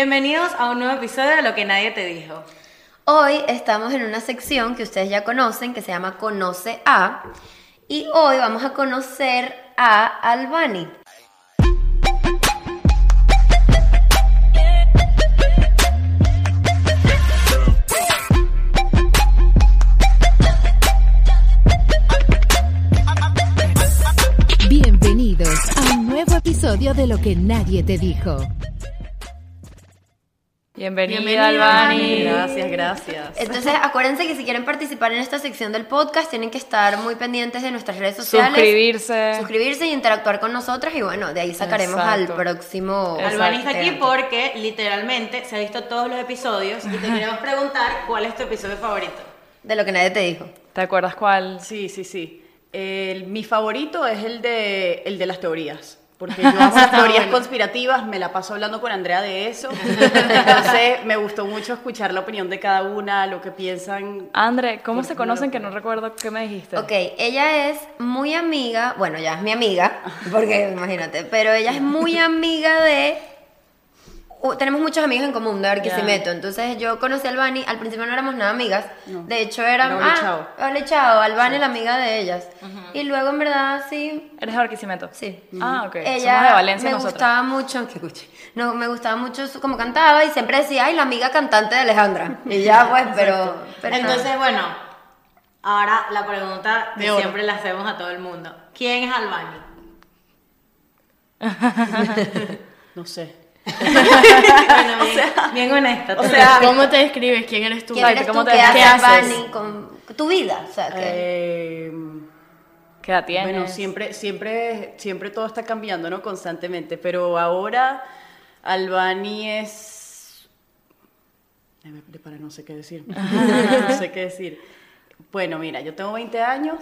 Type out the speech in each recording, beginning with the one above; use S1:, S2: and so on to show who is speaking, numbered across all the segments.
S1: Bienvenidos a un nuevo episodio de Lo que nadie te dijo.
S2: Hoy estamos en una sección que ustedes ya conocen que se llama Conoce a y hoy vamos a conocer a Albani.
S3: Bienvenidos a un nuevo episodio de Lo que nadie te dijo.
S1: Bienvenido,
S4: Bienvenido,
S1: Albani.
S4: Albani.
S1: Gracias, gracias.
S2: Entonces acuérdense que si quieren participar en esta sección del podcast tienen que estar muy pendientes de nuestras redes sociales.
S4: Suscribirse.
S2: Suscribirse y interactuar con nosotras y bueno, de ahí sacaremos
S4: Exacto.
S2: al próximo...
S1: Albani está aquí
S2: tema.
S1: porque literalmente se ha visto todos los episodios y te queremos preguntar cuál es tu episodio favorito.
S2: De lo que nadie te dijo.
S4: ¿Te acuerdas cuál?
S5: Sí, sí, sí. El- mi favorito es el de, el de las teorías. Porque yo amo las teorías conspirativas, me la paso hablando con Andrea de eso. Entonces, me gustó mucho escuchar la opinión de cada una, lo que piensan.
S4: Andre, ¿cómo se conocen que no recuerdo qué me dijiste?
S2: Ok, ella es muy amiga, bueno, ya es mi amiga, porque imagínate, pero ella es muy amiga de... u- tenemos muchos amigos en común de Barquisimeto, entonces yo conocí a Albani, al principio no éramos nada amigas, de hecho eran...
S5: Era
S2: No,
S5: hola, chao.
S2: chao, Albani la amiga de ellas. Y luego en verdad sí...
S4: ¿Eres de Barquisimeto?
S2: Sí.
S4: Ah, ok.
S2: Ella
S4: Somos de Valencia
S2: me
S4: nosotros.
S2: gustaba mucho, que escuche, no, me gustaba mucho su- como cantaba y siempre decía, ay, la amiga cantante de Alejandra. Y ya pues, pero... pero nada.
S1: Entonces, bueno, ahora la pregunta que
S5: De oro.
S1: siempre le hacemos a todo el mundo. ¿Quién es Albani?
S5: No sé.
S1: Bueno, bien, bien honesta.
S5: O sea,
S6: ¿Cómo te describes? ¿Quién eres tú?
S2: ¿Quién
S4: Exacto,
S2: eres tú?
S4: ¿cómo te-
S2: ¿Qué hace
S6: qué haces?
S2: Bunny con tu vida? O sea, que...
S5: eh,
S4: ¿Qué edad tienes?
S5: bueno, siempre, siempre, siempre todo está cambiando, ¿no? Constantemente. Pero ahora, Albani es. Ay, me preparé, no sé qué decir. no sé qué decir. Bueno, mira, yo tengo 20 años,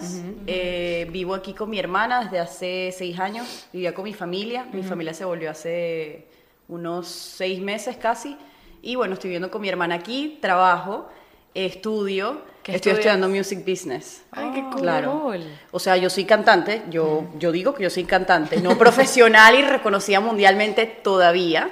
S5: eh, vivo aquí con mi hermana desde hace 6 años, vivía con mi familia, mi familia se volvió hace unos 6 meses casi, y bueno, estoy viviendo con mi hermana aquí, trabajo, estudio,
S4: ¿Qué
S5: estoy
S4: estudias?
S5: estudiando music business.
S4: Ay, qué cool.
S5: Oh, Claro. O sea, yo soy cantante, yo, yo digo que yo soy cantante, no profesional y reconocida mundialmente todavía,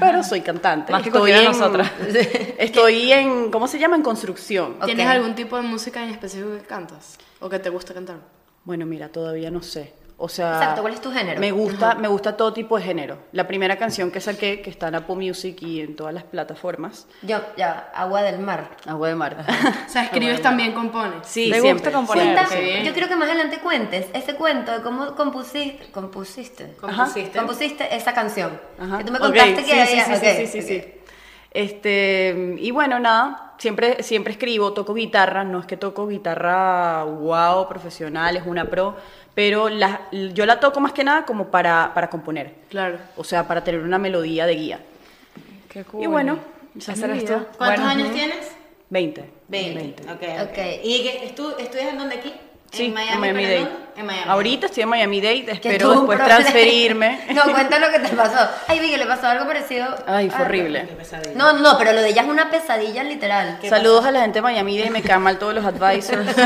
S5: pero soy cantante.
S4: Más que cualquiera de nosotras.
S5: Estoy en, ¿cómo se llama? En construcción.
S6: ¿Tienes
S2: Ok.
S6: algún tipo de música en específico que cantas? ¿O que te gusta cantar?
S5: Bueno, mira, todavía no sé. O sea,
S2: Exacto, ¿cuál es tu género?
S5: Me gusta, me gusta todo tipo de género. La primera canción que saqué, que está en Apple Music y en todas las plataformas,
S2: Yo, ya, agua del mar.
S5: Agua de Mar.
S6: O sea, escribes también, compones.
S5: Sí,
S4: ¿Te
S5: siempre.
S4: gusta componer?
S2: Cuenta-
S4: Sí.
S2: yo quiero que más adelante cuentes ese cuento de cómo compusiste, compusiste,
S1: Compusiste.
S2: compusiste esa canción.
S5: Ajá.
S2: Que tú me
S5: Ok,
S2: contaste que
S5: sí, sí,
S2: había-
S5: sí,
S2: ok,
S5: sí, sí, sí,
S2: ok.
S5: sí. Este, y bueno, nada, siempre, siempre escribo, toco guitarra, no es que toco guitarra wow, profesional, es una pro, pero la- yo la toco más que nada como para, para componer,
S6: Claro.
S5: o sea, para tener una melodía de guía.
S4: Qué cool.
S5: Y bueno,
S4: ¿Qué
S5: esa es mi
S4: eres tú?
S5: vida.
S1: ¿Cuántos
S4: Bueno.
S1: años tienes?
S5: 20.
S1: 20. Okay, ok.
S2: Ok.
S1: ¿Y que estu- estudias en dónde aquí?
S5: Sí,
S1: en Miami. pero
S5: Dade.
S1: ¿en dónde? En Miami.
S5: Ahorita estoy en Miami Dade,
S2: Que
S5: espero
S2: tuvo un
S5: después
S2: problema.
S5: transferirme.
S2: No, cuenta lo que te pasó. Ay, vi que le pasó algo parecido.
S5: Ay, fue
S2: Ah,
S5: horrible.
S2: No, no, pero lo de ella es una pesadilla literal.
S5: Saludos a la gente de Miami Dade, me caen mal todos los advisors.
S6: Te,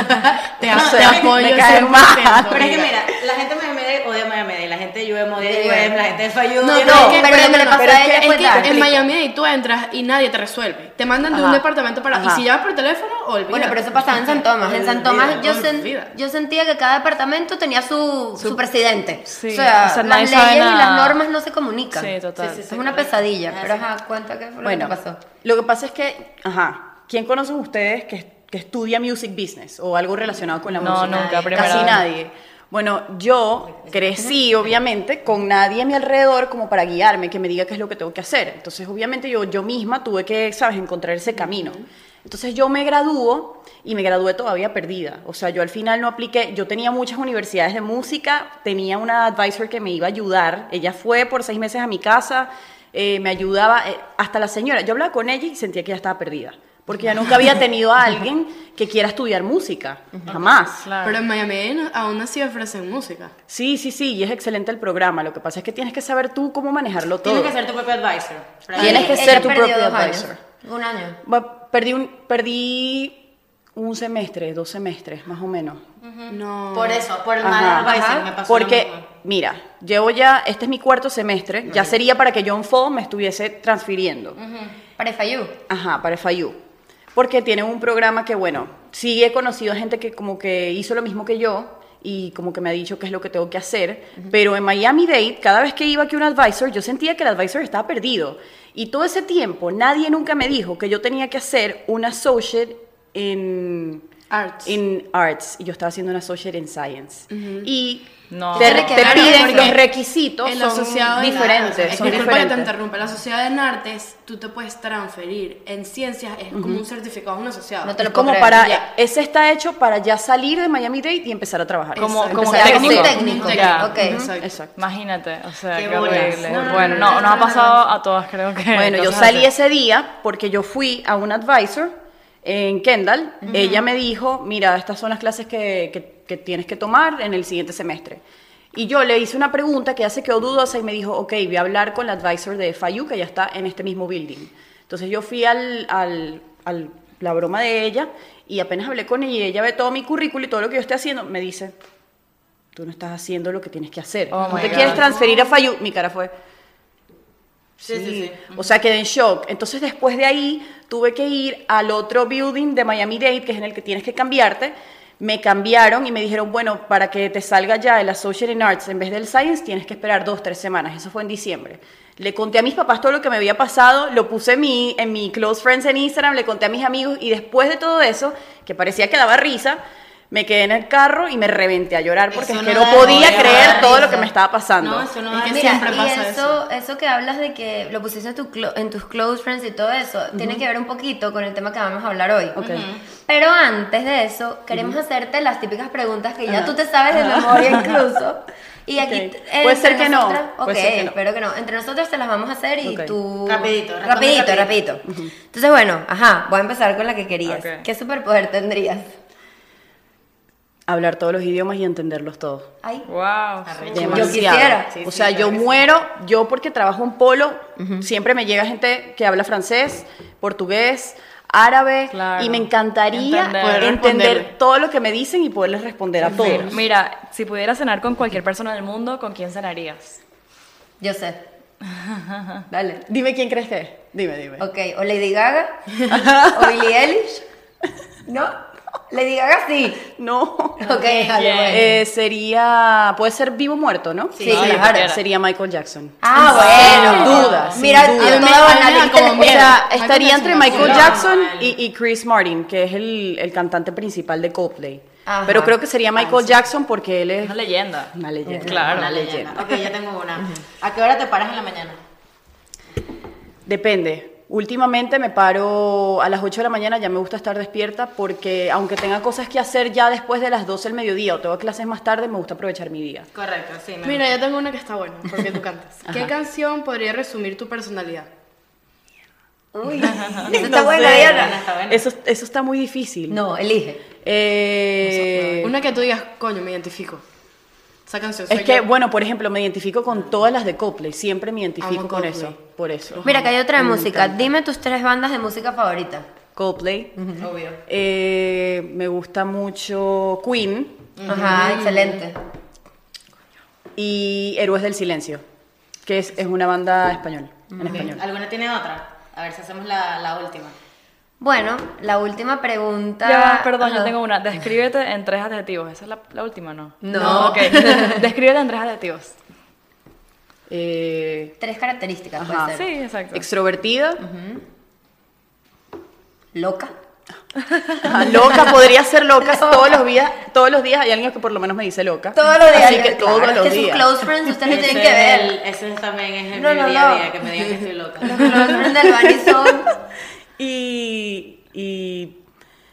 S5: No
S6: a-
S5: sé,
S6: te apoyo
S5: me cae
S6: 100%.
S5: mal.
S1: Pero es que mira, la gente de Miami Dade odia Miami Dade, la gente de UM odia
S2: De
S1: UM, la
S2: UM.
S1: gente de Fayudo
S2: No,
S1: odia
S2: no,
S1: Fayudo.
S2: pero lo que le pasó
S5: pero
S2: a
S5: es
S2: ella
S5: que-
S2: fue
S6: Es que
S2: dark.
S6: en Miami ahí tú entras y nadie te resuelve. Te mandan de un
S5: Ajá.
S6: departamento para...
S5: Ajá.
S6: Y si llamas por teléfono, olvídate.
S2: Bueno, pero eso pasaba en San Tomás. En San Tomás yo, sen-
S6: Olvídate.
S2: yo sentía que cada departamento tenía su, su presidente.
S4: sí,
S2: O sea,
S4: o sea, nadie
S2: las
S4: sabe
S2: leyes y
S4: nada.
S2: las normas no se comunican.
S4: Sí, total.
S2: Es una pesadilla. Pero ajá, cuenta qué fue lo
S5: Bueno,
S2: que te pasó.
S5: lo que pasa es que, ajá, ¿quién conocen ustedes que, que estudia music business o algo relacionado con la
S4: No,
S5: música?
S4: nunca, primera
S5: Casi
S4: vez.
S5: nadie. Bueno, yo crecí, obviamente, con nadie a mi alrededor como para guiarme, que me diga qué es lo que tengo que hacer. Entonces, obviamente, yo, yo misma tuve que, ¿sabes?, encontrar ese camino. Entonces, yo me graduó y me gradué todavía perdida. O sea, yo al final no apliqué. Yo tenía muchas universidades de música, tenía una advisor que me iba a ayudar. Ella fue por seis meses a mi casa, eh, me ayudaba, eh, hasta la señora. Yo hablaba con ella y sentía que ya estaba perdida. Porque ya nunca había tenido a alguien que quiera estudiar música. Jamás.
S4: Claro.
S6: Pero en Miami no- aún así ofrecen música.
S5: Sí, sí, sí, y es excelente el programa. Lo que pasa es que tienes que saber tú cómo manejarlo todo.
S1: Tienes que ser tu propio advisor. Pero
S5: Tienes
S1: ahí-
S5: que
S2: Ah, Ella
S5: ser tu
S2: perdió
S5: propio
S2: dos años,
S5: advisor.
S2: Un año.
S5: Bueno, perdí, un, perdí un semestre, dos semestres, más o menos.
S6: No.
S1: Por eso, por el
S5: Ajá.
S1: mal advisor
S2: Ajá.
S1: me pasó lo
S5: Porque
S1: mismo.
S5: mira, llevo ya, este es mi cuarto semestre, ya sería para que John Fo me estuviese transfiriendo.
S2: Para Fayú.
S5: Ajá, para FIU. Porque tienen un programa que, bueno, sí he conocido gente que como que hizo lo mismo que yo y como que me ha dicho qué es lo que tengo que hacer, pero en Miami Dade, cada vez que iba aquí un advisor, yo sentía que el advisor estaba perdido. Y todo ese tiempo nadie nunca me dijo que yo tenía que hacer una associate en...
S6: Arts.
S5: En arts. Y yo estaba haciendo una associate en science. Y
S4: No.
S5: te,
S2: Tiene que
S5: te
S2: ver,
S5: piden
S2: porque
S5: los requisitos
S6: El asociado
S5: son
S6: en
S5: diferentes.
S6: artes,
S5: Son
S6: disculpa que te
S5: diferentes.
S6: interrumpa. La sociedad en artes, tú te puedes transferir. En ciencias es como un certificado, un asociado.
S2: No te lo
S5: como
S2: puedo creer,
S5: para
S6: ya.
S5: ese está hecho para ya salir de Miami Dade y empezar a trabajar.
S4: Como,
S6: Exacto.
S4: como
S2: Empezar
S4: técnico.
S2: como un técnico.
S4: Ya.
S2: Ok.
S6: Exacto.
S5: Exacto.
S4: Imagínate, o sea,
S1: Qué
S4: qué,
S1: bolas.
S4: horrible.
S1: No, no, no,
S4: bueno,
S1: no, no,
S4: no, nos
S1: no,
S4: ha pasado a todas, creo que.
S5: Bueno, yo
S4: Entonces,
S5: salí
S4: así.
S5: ese día porque yo fui a un advisor en Kendall. Ella me dijo, mira, estas son las clases que, que- que tienes que tomar en el siguiente semestre. Y yo le hice una pregunta que ya se quedó dudosa y me dijo, ok, voy a hablar con la advisor de FIU que ya está en este mismo building. Entonces yo fui al, al- al- la broma de ella y apenas hablé con ella y ella ve todo mi currículo y todo lo que yo estoy haciendo, me dice, tú no estás haciendo lo que tienes que hacer.
S4: Oh,
S5: ¿No
S4: my
S5: te
S4: God.
S5: quieres transferir a FIU? Mi cara fue...
S1: Sí, sí, sí.
S5: O sea, quedé en shock. Entonces, después de ahí, tuve que ir al otro building de Miami-Dade, que es en el que tienes que cambiarte. Me cambiaron y me dijeron, bueno, para que te salga ya el Associate in Arts en vez del Science, tienes que esperar dos, tres semanas. Eso fue en diciembre. Le conté a mis papás todo lo que me había pasado, lo puse en mi, en mi Close Friends en Instagram, le conté a mis amigos y después de todo eso, que parecía que daba risa, me quedé en el carro y me reventé a llorar porque
S1: Eso
S5: es que
S1: no
S5: no
S1: da-
S5: podía
S1: no da
S5: creer todo lo
S1: risa.
S5: que me estaba pasando.
S1: No, eso no
S6: Es
S1: da
S6: que
S1: risa.
S2: Mira,
S6: siempre
S2: y
S6: pasa
S2: eso, eso que hablas de que lo pusiste en, tu clo- en tus close friends y todo eso, tiene que ver un poquito con el tema que vamos a hablar hoy. Pero antes de eso, queremos hacerte las típicas preguntas que ya tú te sabes de memoria incluso. Y aquí
S5: Ok.
S2: t- eh,
S5: Puede ser
S2: entre
S5: que no,
S2: nosotras- ok,
S5: puede ser que no.
S2: espero que no. Entre nosotros te las vamos a hacer y
S5: Ok.
S2: tú...
S1: Rapidito, responde
S2: rapidito.
S1: rapidito.
S2: rapidito. Entonces, bueno, ajá, voy a empezar con la que querías.
S4: Ok.
S2: ¿Qué superpoder tendrías?
S5: Hablar todos los idiomas y entenderlos todos.
S2: Ay,
S4: Wow.
S5: Demasiado.
S2: Yo quisiera.
S1: Sí,
S5: o
S1: sí,
S5: sea,
S1: claro
S5: yo
S1: que sí.
S5: muero, yo porque trabajo en polo, siempre me llega gente que habla francés, portugués, árabe,
S4: Claro.
S5: y me encantaría
S4: Entender.
S5: poder
S6: Poder
S5: entender
S6: responderle.
S5: todo lo que me dicen y poderles responder a todos.
S4: Mira, si pudieras cenar con cualquier persona del mundo, ¿con quién cenarías?
S2: yo sé. Dale.
S5: Dime quién crees que es. Dime, dime.
S2: Ok, o Lady Gaga, o Billie Eilish. ¿No? Lady Gaga sí.
S5: No.
S2: Ok, dale, bueno.
S5: Eh, sería, puede ser vivo o muerto, ¿no?
S2: Sí, claro.
S5: cualquiera. Sería Michael Jackson.
S2: Ah, bueno.
S5: Sin dudas, sin
S2: Mira,
S5: dudas.
S2: a toda
S6: Me- a mí me
S2: banalista
S6: da como
S2: le-
S5: O sea,
S6: Michael
S5: estaría
S6: Jackson
S5: entre
S6: es
S5: Michael
S6: cool.
S5: Jackson y, y Chris Martin, que es el, el cantante principal de Coldplay.
S2: Ajá.
S5: Pero creo que sería Michael Jackson porque él es
S4: Una leyenda.
S5: una leyenda.
S4: Claro.
S5: una
S1: Una
S5: leyenda.
S1: leyenda. Ok, yo tengo una. ¿A qué hora te paras en la mañana?
S5: Depende. Últimamente me paro a las 8 de la mañana, ya me gusta estar despierta porque aunque tenga cosas que hacer ya después de las 12 del mediodía o tengo clases más tarde, me gusta aprovechar mi día.
S1: Correcto, sí. me
S6: Mira, yo tengo una que está buena, porque tú cantas. ¿Qué canción podría resumir tu personalidad?
S2: Uy, eso está buena,
S5: No sé.
S1: buena,
S2: Diana.
S1: está buena.
S5: Eso, eso está muy difícil.
S2: No, elige.
S5: Eh,
S6: Una que tú digas, coño, me identifico. Esa canción soy
S5: es que,
S6: yo.
S5: bueno, por ejemplo, me identifico con todas las de Copley. Siempre me identifico
S6: Amo
S5: con
S6: Coldplay.
S5: eso. Por eso.
S2: Mira, que hay otra de música. Dime tus tres bandas de música favoritas.
S5: Copley.
S1: Obvio.
S5: Eh, me gusta mucho Queen
S2: Ajá, excelente.
S5: y Héroes del Silencio, que es, es una banda española. En español.
S1: ¿Alguna tiene otra? A ver si hacemos la, la última.
S2: Bueno, la última pregunta.
S4: Ya va, perdón, yo
S2: Ajá.
S4: tengo una. Descríbete en tres adjetivos. Esa es la, la última, ¿no?
S2: No.
S4: Ok. Descríbete en tres adjetivos.
S5: Eh,
S2: Tres características,
S5: Ajá.
S2: puede
S4: Sí,
S2: ser.
S4: exacto.
S5: Extrovertida,
S2: Loca.
S5: Ajá, loca, podría ser loca todos los días, todos los días hay alguien que por lo menos me dice loca.
S2: Todos los días.
S5: Así que todos
S2: Claro,
S5: los
S2: es que sus
S5: días.
S2: close friends ustedes no
S1: Ese
S2: tienen que
S1: es
S2: ver.
S1: el- ese también es el
S2: No,
S1: no,
S2: no,
S1: día
S2: no.
S1: a día que me digan que estoy loca.
S2: Los close friends del Bani son...
S5: Y, y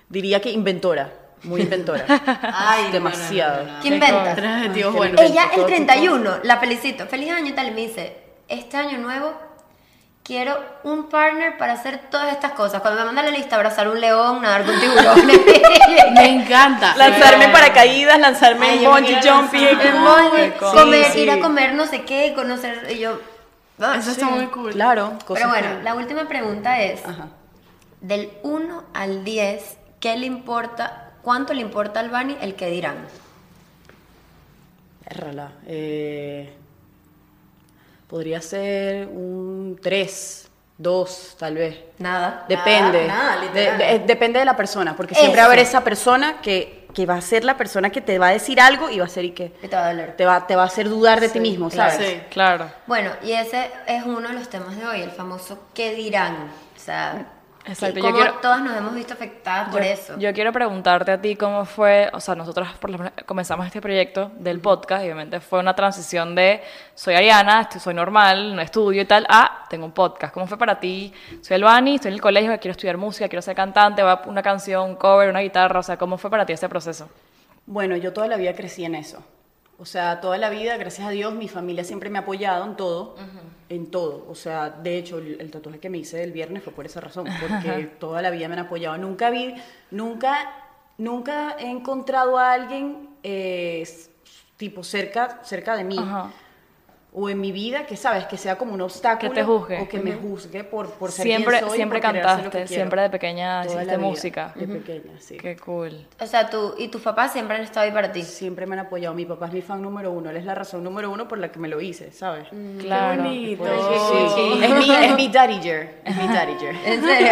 S5: diría que inventora, muy inventora.
S1: Ay, no,
S5: Demasiado.
S1: no, no, no.
S2: ¿Qué inventas?
S6: Tres adjetivos
S5: Ay,
S6: buenos.
S5: qué
S2: Ella el
S5: todo tipo.
S2: 31, la felicito. Feliz año y tal. Y me dice, este año nuevo quiero un partner para hacer todas estas cosas. Cuando me manda la lista, abrazar un león, nadar con tiburones.
S6: Me encanta.
S5: Lanzarme en paracaídas, lanzarme
S1: Ay,
S5: en
S1: yo me
S5: bungee
S1: quiero
S5: jumping.
S1: lanzar.
S2: Emoji,
S4: cool.
S2: comer,
S5: Sí, sí.
S2: ir a comer no sé qué, conocer... Y yo... ah,
S6: Eso
S2: sí.
S6: está muy cool.
S5: Claro, cosas
S2: Pero bueno,
S5: que-
S2: la última pregunta es,
S5: Ajá.
S2: del 1 al 10, ¿qué le importa, cuánto le importa al Bani el que dirán?
S5: Errala. eh, podría ser un 3, 2, tal vez.
S2: Nada.
S5: Depende.
S1: nada, literal.
S5: De- eh, de- depende de la persona, porque siempre va a haber
S2: Eso.
S5: esa persona que, que va a ser la persona que te va a decir algo y va a ser y que
S2: Que te va a doler.
S5: te va, te va a hacer dudar de ti mismo, ¿sabes?
S6: Sí.
S4: Claro.
S2: Bueno, y ese es uno de los temas de hoy, el famoso ¿qué dirán? O sea,
S4: Exacto,
S2: que
S4: yo
S2: cómo
S4: quiero-
S2: todas nos hemos visto afectadas por eso.
S4: Yo quiero preguntarte a ti cómo fue, o sea, nosotros por lo menos comenzamos este proyecto del podcast y obviamente fue una transición de soy Ariana, estu- soy normal, no estudio y tal, a tengo un podcast. ¿Cómo fue para ti? Soy Albani, estoy en el colegio, quiero estudiar música, quiero ser cantante, va una canción, un cover, una guitarra, o sea, ¿cómo fue para ti ese proceso?
S5: Bueno, yo toda la vida crecí en eso. O sea, toda la vida, gracias a Dios, mi familia siempre me ha apoyado en todo, en todo. O sea, de hecho, el, el tatuaje que me hice el viernes fue por esa razón, porque toda la vida me han apoyado. Nunca vi, nunca, nunca he encontrado a alguien eh, s- tipo cerca, cerca de mí
S4: Ajá.
S5: o en mi vida que sabes que sea como un obstáculo
S4: Que te juzgue.
S5: o que me juzgue por por ser
S4: Siempre-
S5: quien soy y
S4: siempre
S5: por querer hacer lo que
S4: cantaste,
S5: quiero.
S4: siempre de pequeña
S5: Toda la
S4: hiciste
S5: vida,
S4: música.
S5: de pequeña sí
S4: Qué cool.
S2: O sea, tú y tus papás siempre han estado ahí para ti.
S5: siempre me han apoyado. Mi papá es mi fan número uno. Él es la razón número uno por la que me lo hice, ¿sabes?
S4: Claro.
S6: bonito.
S5: Mm. Sí, sí. Es mi, es mi daddy-ger. Es mi daddy-ger.
S2: ¿En serio?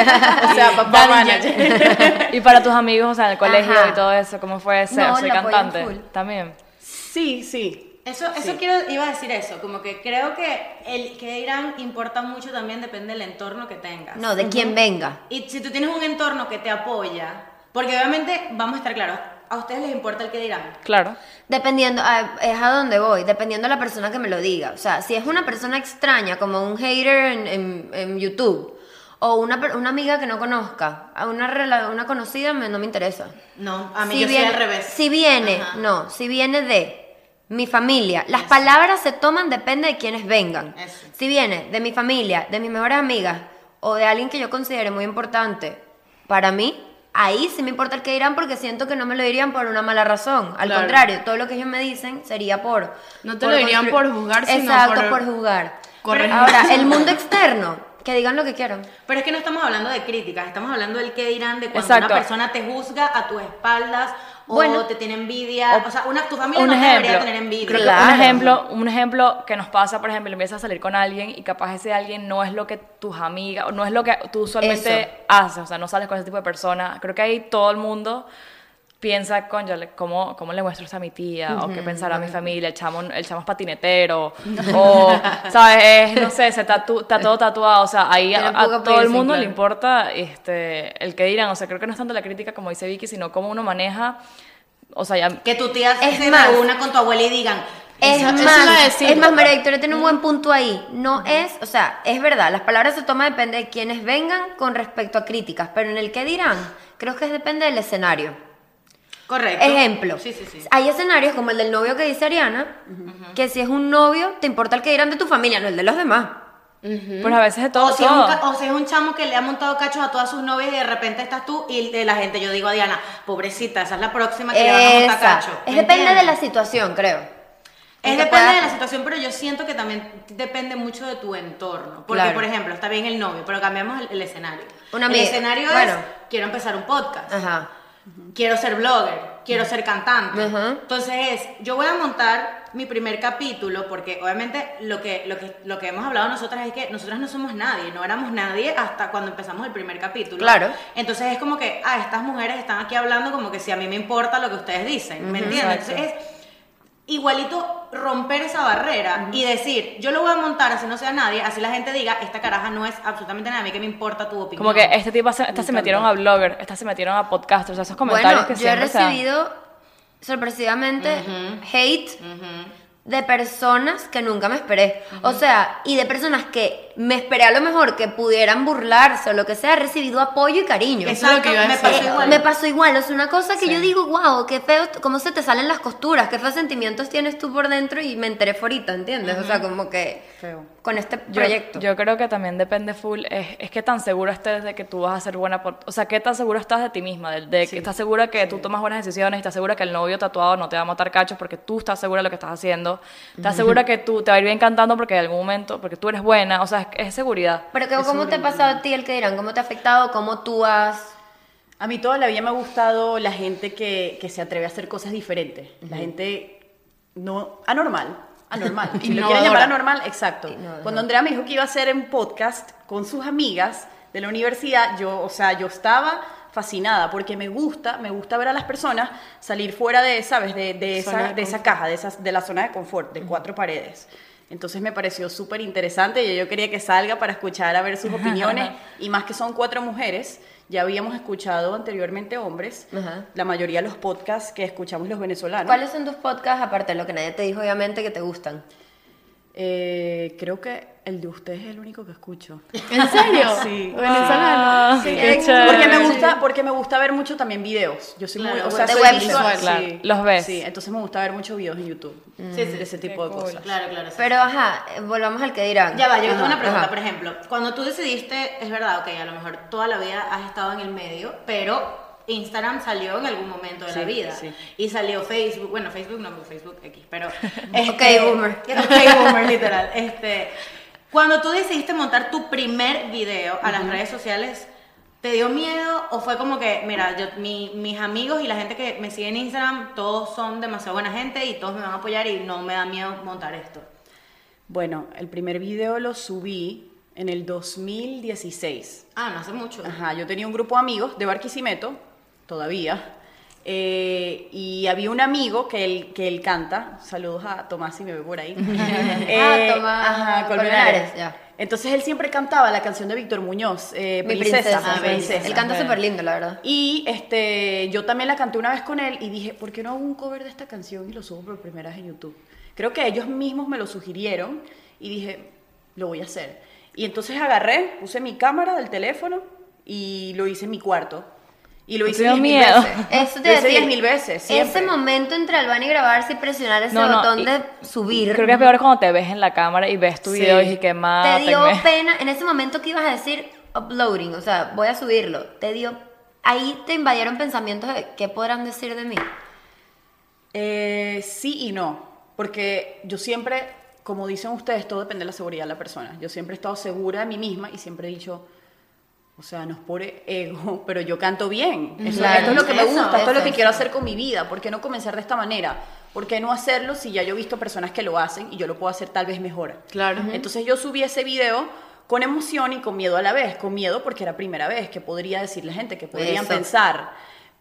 S5: O sea, papá manager.
S4: Y para tus amigos, o sea, en el colegio
S2: Ajá.
S4: y todo eso, ¿cómo fue ser,
S2: No,
S4: soy
S2: lo apoyan
S4: cantante?
S2: full.
S4: También.
S5: Sí, sí.
S1: Eso, eso quiero, iba a decir eso, como que creo que el que dirán importa mucho también depende del entorno que tengas.
S2: No, de quién venga.
S1: Y si tú tienes un entorno que te apoya, porque obviamente, vamos a estar claros, a ustedes les importa el que dirán.
S4: Claro.
S2: Dependiendo, a- es a dónde voy, dependiendo de la persona que me lo diga. O sea, si es una persona extraña, como un hater en, en- en YouTube, o una, per- una amiga que no conozca, a una, rela- una conocida, me- no me interesa.
S1: No,
S6: Ah,
S1: a mí
S2: Si
S1: yo soy
S2: viene-
S1: al revés.
S2: Si viene,
S1: Ajá.
S2: no, si viene de mi familia, las palabras se toman depende de quienes vengan.
S1: Eso.
S2: Si viene de mi familia, de mis mejores amigas o de alguien que yo considere muy importante para mí, ahí sí me importa el que dirán porque siento que no me lo dirían por una mala razón. Al
S6: Claro.
S2: contrario, todo lo que ellos me dicen sería por...
S6: No te lo dirían
S2: constru-
S6: por juzgar, sino
S2: Exacto,
S6: por-
S2: por juzgar.
S6: Corregir.
S2: Ahora, el mundo externo, que digan lo que quieran.
S1: Pero es que no estamos hablando de críticas, estamos hablando del que dirán de cuando
S4: Exacto.
S1: una persona te juzga a tus espaldas o
S2: Bueno.
S1: te tiene envidia. O, sea, una, tu familia
S4: un
S1: no te debería
S4: ejemplo,
S1: tener envidia.
S4: creo que
S2: Claro.
S4: Un ejemplo, un ejemplo que nos pasa, por ejemplo, empiezas a salir con alguien y capaz ese alguien no es lo que tus amigas, o no es lo que tú usualmente
S2: Eso.
S4: haces, o sea, no sales con ese tipo de personas. Creo que ahí todo el mundo piensa, con ¿cómo, ¿cómo le muestro esto a mi tía? ¿O qué pensará mi familia? El chamo, el chamo es patinetero, o, ¿sabes? Es, no sé, se tatu- está todo tatuado, o sea, ahí a,
S2: Tiene
S4: a
S2: poco
S4: todo el
S2: piercing,
S4: mundo le
S2: claro.
S4: importa importa este, el que dirán. O sea, creo que no es tanto la crítica como dice Vicky, sino cómo uno maneja. O sea, ya.
S1: Que tu tía
S2: Es
S1: se
S2: más.
S1: reúna con tu abuela y digan,
S2: Es
S6: Eso- eso iba a
S2: más,
S6: decir. Mm.
S2: es más, María Victoria tiene un buen punto ahí. No es, o sea, es verdad, las palabras se toman depende de quienes vengan con respecto a críticas, pero en el que dirán, creo que depende del escenario.
S1: correcto.
S2: Ejemplo,
S1: Sí, sí, sí.
S2: hay escenarios como el del novio que dice Ariana, que si es un novio, te importa el que dirán de tu familia, no el de los demás.
S4: Pues a veces de todo.
S1: O si, es un,
S4: todo.
S1: ca- o si es un chamo que le ha montado cachos a todas sus novias y de repente estás tú y de la gente, yo digo a Diana, pobrecita, esa es la próxima que le van a montar
S2: Esa.
S1: cacho.
S2: Es
S1: ¿Me
S2: depende de
S1: entiendes?
S2: la situación, creo.
S1: Es
S2: En que
S1: depende
S2: puedas-
S1: de la situación, pero yo siento que también depende mucho de tu entorno. Porque,
S2: Claro.
S1: por ejemplo, está bien el novio, pero cambiamos el, el escenario.
S2: Una amiga,
S1: El escenario
S2: bueno.
S1: es, quiero empezar un podcast,
S2: Ajá.
S1: quiero ser blogger, quiero ser cantante.
S2: Ajá.
S1: Entonces es, yo voy a montar mi primer capítulo, porque obviamente lo que, lo, que, lo que hemos hablado nosotras es que nosotras no somos nadie, no éramos nadie hasta cuando empezamos el primer capítulo.
S2: Claro.
S1: Entonces es como que, ah, estas mujeres están aquí hablando como que si a mí me importa lo que ustedes dicen, ¿me entiendes?
S4: exacto.
S1: Entonces es igualito romper esa barrera y decir, yo lo voy a montar así no sea nadie, así la gente diga, esta caraja no es absolutamente nada, a mí que me importa tu opinión.
S4: Como que este tipo, se- estas se metieron a blogger, estas se metieron a podcasters, o sea, esos comentarios
S2: Bueno,
S4: que
S2: yo he
S4: siempre se dan.
S2: recibido sorpresivamente hate de personas que nunca me esperé. O sea, y de personas que me esperé a lo mejor que pudieran burlarse o lo que sea, he recibido apoyo y cariño.
S6: Eso es lo que iba a
S1: me
S6: decir.
S1: pasó
S2: Eh,
S1: igual.
S2: Me pasó igual, es una cosa que yo digo, wow, qué feo, cómo se te salen las costuras, qué feos sentimientos tienes tú por dentro y me enteré forita, ¿entiendes? O sea, como que
S5: Feo.
S2: con este
S4: Yo-
S2: proyecto.
S4: Yo, creo que también depende full, es, es que tan seguro estés de que tú vas a ser buena, por- o sea, qué tan seguro estás de ti misma, de, de que estás segura que tú tomas buenas decisiones, estás segura que el novio tatuado no te va a matar cachos porque tú estás segura de lo que estás haciendo, estás segura que tú te va a ir bien cantando porque en algún momento, porque tú eres buena, o sea, es, es seguridad.
S2: Pero que, ¿cómo te ha pasado a ti el que dirán? ¿Cómo te ha afectado? ¿Cómo tú has...?
S5: A mí toda la vida me ha gustado la gente que, que se atreve a hacer cosas diferentes. La gente no anormal. Anormal. Y lo
S6: Innovadora.
S5: quieren llamar anormal, exacto.
S2: Innovadora.
S5: Cuando Andrea me dijo que iba a hacer un podcast con sus amigas de la universidad, yo, o sea, yo estaba fascinada porque me gusta, me gusta ver a las personas salir fuera de, ¿sabes? De, de
S6: Zona
S5: esa,
S6: de
S5: de esa caja, de, esas, de la zona de confort, de cuatro paredes. Entonces me pareció súper interesante y yo quería que salga para escuchar a ver sus opiniones. Y más que son cuatro mujeres, ya habíamos escuchado anteriormente hombres,
S2: Ajá.
S5: la mayoría de los podcasts que escuchamos los venezolanos.
S2: ¿Cuáles son tus podcasts, aparte de lo que nadie te dijo, obviamente, que te gustan?
S5: Eh, creo que el de ustedes es el único que escucho.
S6: ¿En serio?
S5: Sí.
S6: Venezolano.
S4: Sí,
S6: Sí.
S4: Ah, qué chévere.
S5: Porque me gusta, porque me gusta ver mucho también videos. Yo soy muy,
S1: Claro,
S5: o sea,
S2: de
S5: soy
S2: web
S4: visual, claro. Los ves.
S5: Sí, entonces me gusta ver muchos videos en YouTube. De ese tipo de cosas.
S1: Claro, claro. sí.
S2: Pero, ajá, eh, volvamos al que dirán.
S1: Ya va, yo tengo
S2: Ajá,
S1: una pregunta,
S2: ajá.
S1: por ejemplo, cuando tú decidiste, es verdad, ok, a lo mejor toda la vida has estado en el medio, pero Instagram salió en algún momento de la
S5: Sí,
S1: vida
S5: sí.
S1: y salió Facebook, bueno, Facebook no, Facebook X, pero... este,
S2: Ok, boomer.
S1: Ok, boomer, literal. Este, cuando tú decidiste montar tu primer video a las redes sociales, ¿te dio miedo o fue como que, mira, yo, mi- mis amigos y la gente que me sigue en Instagram, todos son demasiado buena gente y todos me van a apoyar y no me da miedo montar esto?
S5: Bueno, el primer video lo subí en el 2016.
S1: Ah, no hace mucho.
S5: Ajá, yo tenía un grupo de amigos de Barquisimeto, todavía, eh, y había un amigo que él, que él canta, saludos a Tomás si me ve por ahí. Eh,
S2: Ah, Tomás Colmenares, ya.
S5: Entonces él siempre cantaba la canción de Víctor Muñoz, eh,
S2: Mi
S5: princesa,
S2: princesa.
S5: Ah, Princesa.
S2: Él canta súper lindo, la verdad.
S5: Y este, yo también la canté una vez con él y dije, ¿por qué no hago un cover de esta canción y lo subo por primera vez en YouTube? Creo que ellos mismos me lo sugirieron y dije, lo voy a hacer. Y entonces agarré, puse mi cámara del teléfono y lo hice en mi cuarto. Y lo
S4: No
S5: hice
S4: te dio
S5: 10.000
S4: miedo.
S5: veces.
S2: Eso te
S5: Lo hice
S2: decía.
S5: 10.000 veces.
S2: Ese
S5: siempre.
S2: momento entre Albán y grabarse y presionar ese
S4: No, no,
S2: botón
S4: y-
S2: de subir.
S4: Creo que es peor cuando te ves en la cámara y ves tu
S5: Sí.
S4: video y dices que
S2: te
S4: más.
S2: dio pena. En ese momento que ibas a decir uploading, o sea, voy a subirlo. Te dio. Ahí te invadieron pensamientos de qué podrán decir de mí.
S5: Eh, sí y no, porque yo siempre, como dicen ustedes, todo depende de la seguridad de la persona. Yo siempre he estado segura de mí misma y siempre he dicho, o sea, no es por ego, pero yo canto bien. Eso-
S2: Claro.
S5: esto es lo que me
S2: Eso,
S5: gusta, esto es lo
S2: eso,
S5: que quiero hacer con mi vida. ¿Por qué no comenzar de esta manera? ¿Por qué no hacerlo si ya yo he visto personas que lo hacen y yo lo puedo hacer tal vez mejor?
S6: Claro.
S5: Entonces yo subí ese video con emoción y con miedo a la vez, con miedo porque era primera vez, que podría decir la gente, que podrían
S2: Eso.
S5: pensar.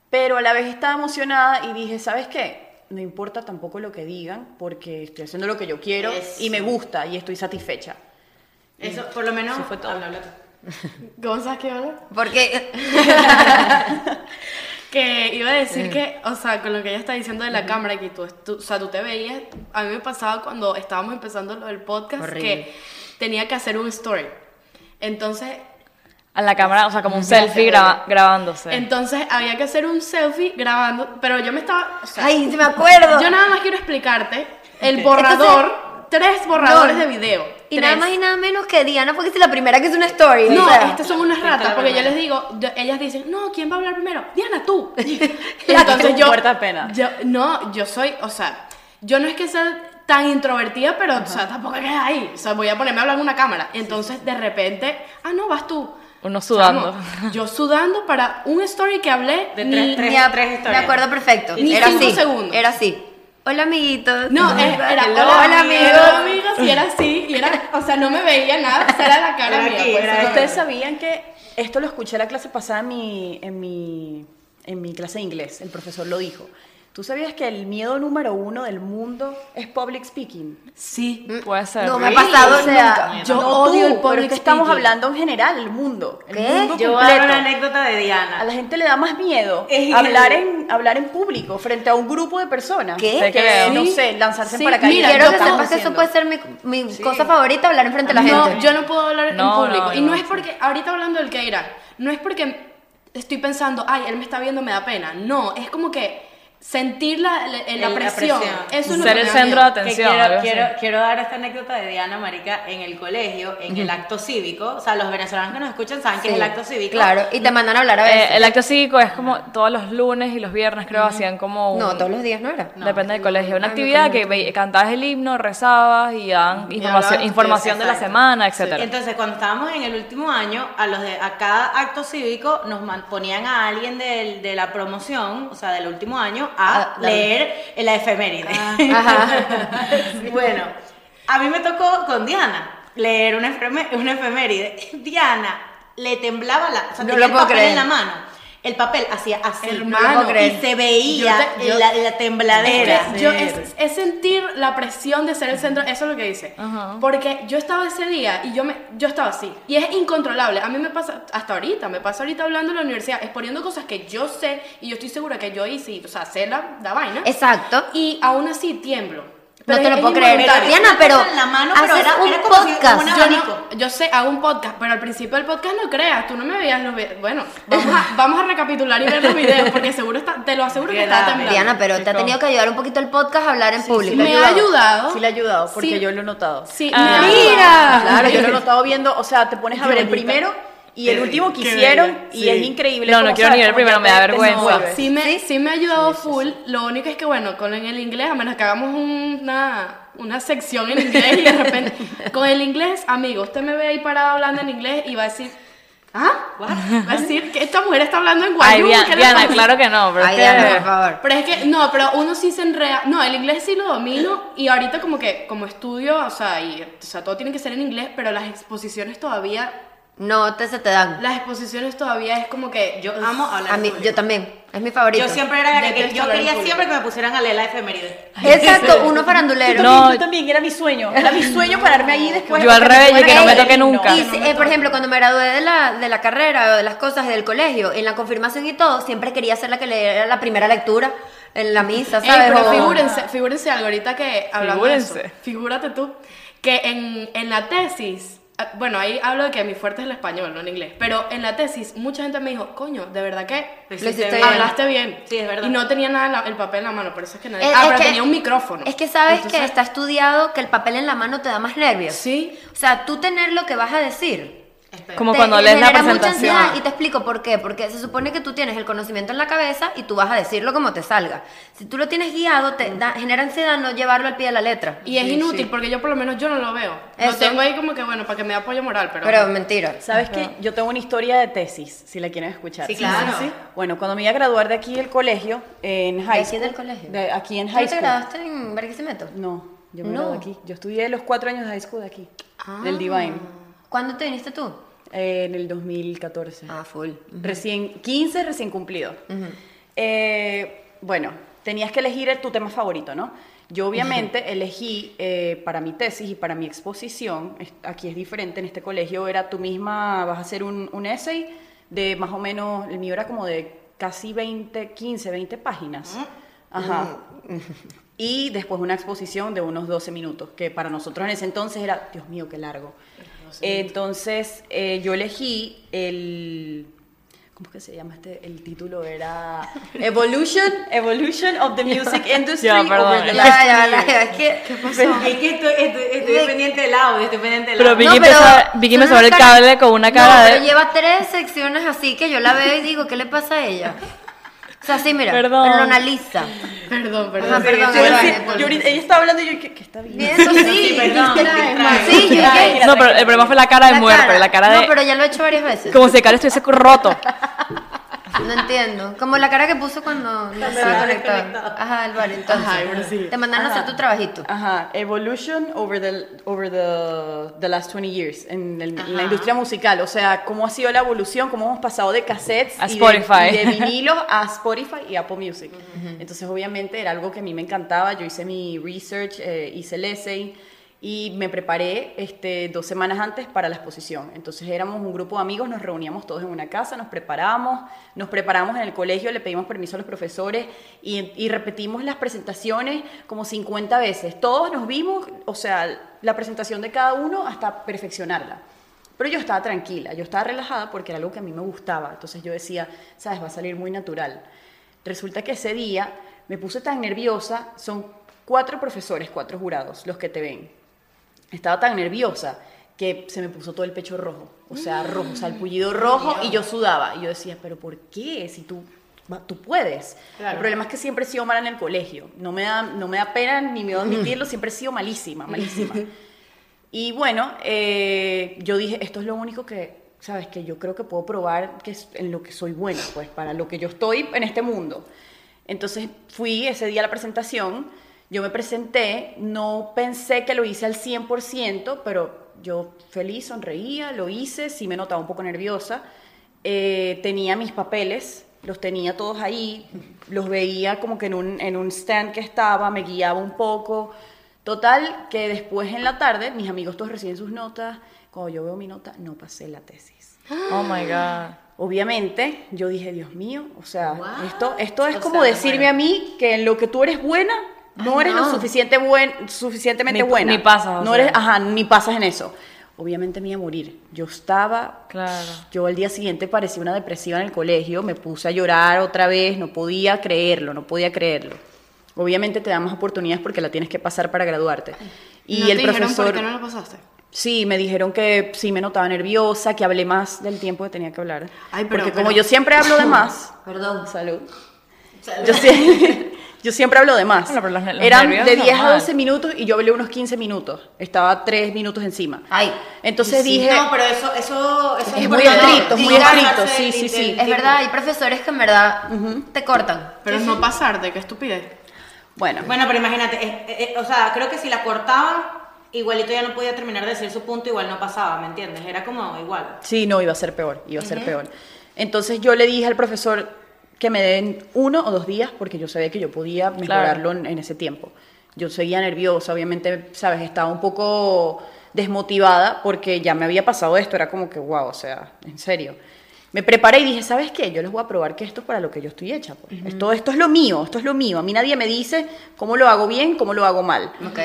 S5: Pero a la vez estaba emocionada y dije, ¿sabes qué? No importa tampoco lo que digan porque estoy haciendo lo que yo quiero
S1: Eso.
S5: y me gusta y estoy satisfecha.
S1: Eso, por lo menos.
S5: Eso fue todo.
S1: Habla, habla tú.
S6: ¿Gonzas qué habla?
S2: Porque
S6: Que iba a
S2: Eh.
S6: decir que, o sea, con lo que ella está diciendo de la cámara, que tú, tú- o sea, tú te veías, a mí me pasaba cuando estábamos empezando lo del podcast,
S2: Horrible.
S6: que tenía que hacer un story. Entonces,
S4: En la cámara, o sea, como un selfie graba- grabándose.
S6: entonces había que hacer un selfie grabando, pero yo me estaba, o sea,
S2: ay, sí me acuerdo.
S6: yo nada más quiero explicarte el borrador, tres borradores de video.
S2: y nada
S6: tres.
S2: más y nada menos que Diana, porque es la primera que es una story.
S6: No,
S2: o sea,
S6: estas son unas ratas, porque yo les digo, yo- ellas dicen, no, ¿quién va a hablar primero? Diana, tú. Entonces yo.
S5: Muerta pena.
S6: yo- no, yo soy, o sea, yo no es que sea tan introvertida, pero, o sea, tampoco queda ahí. O sea, voy a ponerme a hablar en una cámara. Entonces, de repente, ah, no, vas tú.
S4: Uno sudando.
S6: Chamo, yo sudando para un story que hablé
S1: De
S6: ni-
S1: tres, tres.
S2: me, a-
S1: tres historias.
S2: me acuerdo perfecto.
S6: Ni
S2: era
S6: cinco
S2: así.
S6: segundos.
S2: Era así. Hola, amiguitos.
S6: No, eh, era, era,
S2: Hola,
S6: hola,
S2: amigos.
S6: amigos, amigos, y era así, y era, o sea, no me veía nada, o sea, era la cara
S1: Era
S6: mía.
S1: aquí,
S6: pues,
S1: era
S6: o sea,
S1: aquí.
S5: Ustedes sabían que esto lo escuché la clase pasada en mi, en mi, en mi clase de inglés, el profesor lo dijo. ¿Tú sabías que el miedo número uno del mundo es public speaking?
S6: Sí,
S4: Puede ser.
S2: Mm. No me ha pasado
S5: o sea,
S2: nunca.
S5: Yo
S6: No
S5: odio
S6: tú,
S5: el
S6: pero
S5: public
S6: es que
S5: estamos
S6: speaking.
S5: hablando en general, el mundo. El
S2: ¿Qué?
S5: mundo
S1: Yo voy a
S5: completo.
S1: dar una anécdota de Diana.
S5: A la gente le da más miedo
S1: Es
S5: hablar
S1: el-
S5: en, hablar en público frente a un grupo de personas
S2: ¿Qué?
S4: Te
S5: que,
S4: creo.
S5: no
S4: Sí.
S5: sé, lanzarse
S6: Sí,
S5: para acá.
S6: mira,
S2: Quiero
S6: lo
S2: que
S6: estamos
S2: sepas que eso puede ser mi, mi cosa favorita, hablar enfrente de la
S6: no,
S2: gente.
S6: yo no puedo hablar
S4: No,
S6: en público.
S4: no,
S6: y no
S4: no.
S6: es porque, ahorita hablando del que dirán, no es porque estoy pensando, ay, él me está viendo, me da pena. No, es como que sentir la, la- la
S1: La
S6: presión.
S1: presión.
S6: Eso es lo
S4: Ser
S6: que
S4: el
S6: me da
S4: centro de
S6: miedo.
S1: Que
S4: atención. algo
S1: quiero,
S4: así.
S1: quiero, quiero dar esta anécdota de Diana Marica en el colegio, en el acto cívico. O sea, los venezolanos que nos escuchan saben que es el acto cívico.
S2: Claro, y te mandan a hablar a veces.
S4: Eh, el acto cívico es como todos los lunes y los viernes, creo, hacían como. un-
S2: no, todos los días no era.
S4: Depende del colegio. Una actividad que ve- cantabas el himno, rezabas y daban información,
S6: hablabas,
S4: información de la
S1: exacto.
S4: semana, etcétera.
S1: Entonces, cuando estábamos en el último año, a los de a cada acto cívico nos man- ponían a alguien del- de la promoción, o sea, del último año, año a
S2: Ah, la-
S1: leer la efeméride.
S2: ajá.
S1: bueno, a mí me tocó con Diana leer una, efeme- una efeméride. Diana le temblaba la, o sea,
S2: No
S1: tenía
S2: lo
S1: el
S2: puedo
S1: papel
S2: creer.
S1: en la mano. El papel hacía así,
S2: no
S6: Hermano,
S2: lo puedo creer.
S1: y se veía
S6: Yo te- yo-
S1: la, la tembladera.
S6: Es, que yo- es- es sentir la presión de ser el centro, eso es lo que dice. Porque yo estaba ese día y yo, me, yo estaba así. Y es incontrolable. A mí me pasa, hasta ahorita, me pasa ahorita hablando en la universidad, exponiendo cosas que yo sé y yo estoy segura que yo hice, y, o sea, sé la, la vaina.
S2: Exacto.
S6: Y aún así tiemblo.
S2: No
S6: Pero
S2: te lo
S6: es
S2: puedo creer.
S6: involuntario.
S2: Diana,
S1: Una
S2: pero
S1: cosa en la mano, pero
S2: haces
S1: era-
S2: un
S1: era como si- como
S2: podcast.
S1: una-
S6: Yo, no-
S1: Abanico.
S6: yo sé, hago un podcast, pero al principio del podcast no creas, tú no me veías los videos. Bueno, vamos a, vamos a recapitular y ver los videos, porque seguro está, te lo aseguro que está temblando.
S2: Diana, pero te ha tenido que ayudar un poquito el podcast a hablar en público.
S6: sí, me ha ayudado.
S5: Sí le ha ayudado, porque
S6: Sí.
S5: yo lo he notado.
S6: Sí,
S4: Ah.
S6: me ha
S5: Claro,
S6: ayudado.
S5: yo lo he notado viendo, o sea, te pones a ver el
S6: Yoyita.
S5: primero y el último que
S6: qué
S5: hicieron
S6: bella,
S5: y
S6: sí.
S5: es increíble.
S4: No,
S5: cómo,
S4: no quiero
S5: ¿sabes?
S4: ni ver el
S5: Cómo
S4: primero,
S5: ya
S4: me da
S5: te- te
S4: vergüenza.
S5: desenvuelves.
S6: Sí me, sí me ha ayudado full. Lo único es que, bueno, con el inglés, a menos que hagamos una, una sección en inglés y de repente. con el inglés, amigo, usted me ve ahí parada hablando en inglés y va a decir. ¿Ah? Va a decir que esta mujer está hablando en
S4: Ay,
S6: guayú.
S4: Diana,
S6: ¿qué le
S4: Diana,
S6: pasa?
S4: claro que no, pero es
S2: Ay,
S4: que-
S2: Diana, por favor.
S6: Pero es que, no, pero uno sí se enrea. No, el inglés sí lo domino y ahorita como que, como estudio, o sea, y, o sea, todo tiene que ser en inglés, pero las exposiciones todavía,
S2: No te se te dan.
S6: las exposiciones todavía es como que yo
S1: Amo hablar
S2: A
S1: en
S2: mí,
S1: público.
S2: yo también. Es mi favorito.
S1: Yo siempre era la que
S6: Detesto
S1: yo
S6: hablar en
S1: quería
S6: público.
S1: siempre que me pusieran a leer la efeméride.
S2: Exacto, uno farandulero.
S4: No,
S5: Yo también, era mi sueño. Era mi sueño pararme ahí después.
S4: Yo al
S5: porque
S4: revés, yo que no me
S5: muero.
S4: toque nunca.
S2: Y, si- eh, por ejemplo, cuando me gradué de la, de la carrera o de las cosas del colegio, en la confirmación y todo, siempre quería ser la que leía la primera lectura en la misa,
S6: Ey,
S2: ¿sabes?
S6: pero
S2: O-
S6: figúrense, figúrense algo ahorita que hablamos de eso.
S4: Figúrense.
S6: Figúrate tú que en, en la tesis, ah, bueno, ahí hablo de que mi fuerte es el español, no el inglés, pero en la tesis mucha gente me dijo, coño, de verdad que
S2: Lo hiciste bien.
S6: hablaste bien.
S1: Sí, es verdad.
S6: Y no tenía nada en la- el papel en la mano, por eso es que nadie...
S2: Eh, Es-
S6: ah,
S2: es
S6: pero
S2: que-
S6: tenía un micrófono.
S2: Es que sabes
S6: Entonces-
S2: que está estudiado que el papel en la mano te da más nervios.
S6: Sí.
S2: O sea, tú tener lo que vas a decir.
S4: como
S2: te
S4: cuando lees la
S2: genera mucha
S4: presentación.
S2: ansiedad y te explico por qué. Porque se supone que tú tienes el conocimiento en la cabeza y tú vas a decirlo como te salga. Si tú lo tienes guiado, te da- genera ansiedad no llevarlo al pie de la letra.
S6: Y es inútil porque yo por lo menos yo no lo veo.
S2: Eso.
S6: Lo tengo ahí como que bueno, para que me dé apoyo moral, pero...
S2: Pero mentira.
S5: ¿Sabes qué? Yo tengo una historia de tesis, si la quieren escuchar.
S1: Sí, claro.
S5: Bueno, cuando me iba a graduar de aquí del colegio, en high
S2: aquí
S5: school.
S2: del colegio?
S5: de aquí en
S2: ¿Tú
S5: high
S2: te
S5: school.
S2: graduaste en Barquisimeto?
S5: No, yo me
S2: No. Ah.
S5: gradué aquí. Yo estudié los cuatro años de high school de aquí, del Divine,
S2: ¿Cuándo te viniste tú?
S5: eh, en el 2014.
S2: Ah, full.
S5: Recién, 15 recién cumplido. Eh, bueno, tenías que elegir el- tu tema favorito, ¿no? Yo obviamente elegí eh, para mi tesis y para mi exposición, es- aquí es diferente, en este colegio era tú misma, vas a hacer un, un essay de más o menos, el mío era como de casi 20, 15, 20 páginas. Ajá. Y después una exposición de unos 12 minutos, que para nosotros en ese entonces era, Dios mío, qué largo. Entonces eh, yo elegí el... ¿Cómo que se llama este? El título era Evolution, Evolution of the Music Industry.
S4: Ya, perdón.
S5: over
S2: Ya,
S5: the last
S2: ya,
S5: years.
S2: ya, es que... ¿Qué pasó?
S1: Es que estoy, estoy, estoy
S2: De-
S1: pendiente del audio, estoy pendiente del
S4: Pero
S1: audio.
S4: Vicky
S2: No, pero
S4: empezó a- Vicky
S2: son
S4: me sobre el
S2: unas caras-
S4: cable con una cara
S2: No,
S4: de-
S2: pero lleva tres secciones así que yo la veo y digo, ¿qué le pasa a ella? O sea, sí, mira,
S4: Perdón.
S2: pero lo analiza.
S6: Perdón, perdón.
S2: Ajá, perdón,
S5: Yo
S2: ahí va,
S5: decía-
S2: ahí va.
S5: yo ahorita- ella estaba hablando y yo, ¿qué, qué está bien?
S2: Bien, eso sí,
S1: Sí, perdón,
S2: dijiste,
S1: me
S2: "Ah,
S1: distrae".
S2: Sí, yo
S5: Ay,
S2: dije,
S5: mira,
S4: No, pero el problema fue la cara de muerto, la cara de...
S2: No, pero ya lo he hecho varias veces.
S4: Como si el cara estuviese roto.
S2: No entiendo. Como la cara que puso cuando no estaba conectado. Ajá, Álvaro, entonces.
S6: Ajá, ahora sí.
S2: Te mandaron a hacer tu trabajito.
S5: Ajá, Evolution over the, over the, the last 20 years en, el- en la industria musical. O sea, cómo ha sido la evolución, cómo hemos pasado de cassettes
S4: A
S5: y de-
S4: Spotify.
S5: y de, vinilos a Spotify y Apple Music. Entonces, obviamente, era algo que a mí me encantaba. Yo hice mi research, eh, hice el essay y me preparé este, dos semanas antes para la exposición. Entonces, éramos un grupo de amigos, nos reuníamos todos en una casa, nos preparamos, nos preparamos en el colegio, le pedimos permiso a los profesores y, y repetimos las presentaciones como 50 veces. Todos nos vimos, o sea, la presentación de cada uno hasta perfeccionarla. Pero yo estaba tranquila, yo estaba relajada porque era algo que a mí me gustaba. Entonces yo decía, sabes, va a salir muy natural. Resulta que ese día me puse tan nerviosa, son cuatro profesores, cuatro jurados los que te ven. Estaba tan nerviosa que se me puso todo el pecho rojo, o sea, rojo, salpullido rojo y yo sudaba. Y yo decía, pero ¿por qué? Si tú, va- tú puedes. El problema es que siempre he sido mala en el colegio. No me da, no me da pena ni miedo admitirlo, siempre he sido malísima, malísima. Y bueno, eh, yo dije, esto es lo único que, ¿sabes? Que yo creo que puedo probar que es en lo que soy buena, pues, para lo que yo estoy en este mundo. Entonces fui ese día a la presentación, yo me presenté, no pensé que lo hice al 100%, pero yo feliz, sonreía, lo hice, sí me notaba un poco nerviosa, eh, tenía mis papeles, los tenía todos ahí, los veía como que en un, en un stand que estaba, me guiaba un poco. Total, que después en la tarde, mis amigos todos reciben sus notas, cuando yo veo mi nota, no pasé la tesis.
S4: Oh my God.
S5: Obviamente, yo dije, Dios mío, o sea,
S1: Wow.
S5: esto, esto es
S1: O
S5: como
S1: sea,
S5: decirme
S1: bueno.
S5: a mí que en lo que tú eres buena, no eres lo suficiente buen, suficientemente
S4: Ni-
S5: buena.
S4: ni pasas, o
S5: No eres,
S4: sea.
S5: ajá, ni pasas en eso. Obviamente me iba a morir. Yo estaba,
S4: Claro.
S5: yo al día siguiente parecía una depresiva en el colegio, me puse a llorar otra vez, no podía creerlo, no podía creerlo. Obviamente te dan más oportunidades porque la tienes que pasar para graduarte. Y
S6: ¿No
S5: el
S6: te dijeron
S5: profesor
S6: por qué no lo pasaste?
S5: Sí, me dijeron que sí me notaba nerviosa, que hablé más del tiempo que tenía que hablar.
S6: Ay, pero-
S5: Porque como
S6: pero-
S5: yo siempre hablo de más,
S2: Perdón.
S5: salud. Yo, sie- yo siempre hablo de más.
S4: Bueno, pero los- los
S5: Eran
S4: nervios
S5: de
S4: es
S5: 10 a
S4: normal.
S5: 12 minutos y yo hablé unos 15 minutos. Estaba 3 minutos encima.
S2: Ay.
S5: Entonces dije,
S1: No, pero eso, eso, eso
S5: Es muy
S1: importante.
S5: estricto, es muy
S1: Quitarse
S5: estricto, sí,
S1: el-
S5: sí,
S1: el-
S5: sí.
S1: el
S2: Es verdad, hay profesores que en verdad te cortan.
S6: Pero no pasarte, qué estupidez.
S5: bueno,
S1: Bueno, pero imagínate, eh, eh, eh, o sea, creo que si la cortaban, igualito ya no podía terminar de decir su punto, igual no pasaba, ¿me entiendes? Era como igual.
S5: sí, no, iba a ser peor, iba a ser peor. Entonces yo le dije al profesor que me den uno o dos días porque yo sabía que yo podía mejorarlo en, en ese tiempo. Yo seguía nerviosa, obviamente, sabes, estaba un poco desmotivada porque ya me había pasado esto, era como que, wow, o sea, en serio. Me preparé y dije, ¿sabes qué? Yo les voy a probar que esto es para lo que yo estoy hecha. pues. esto, esto es lo mío, esto es lo mío. A mí nadie me dice cómo lo hago bien, cómo lo hago mal.
S2: Ok.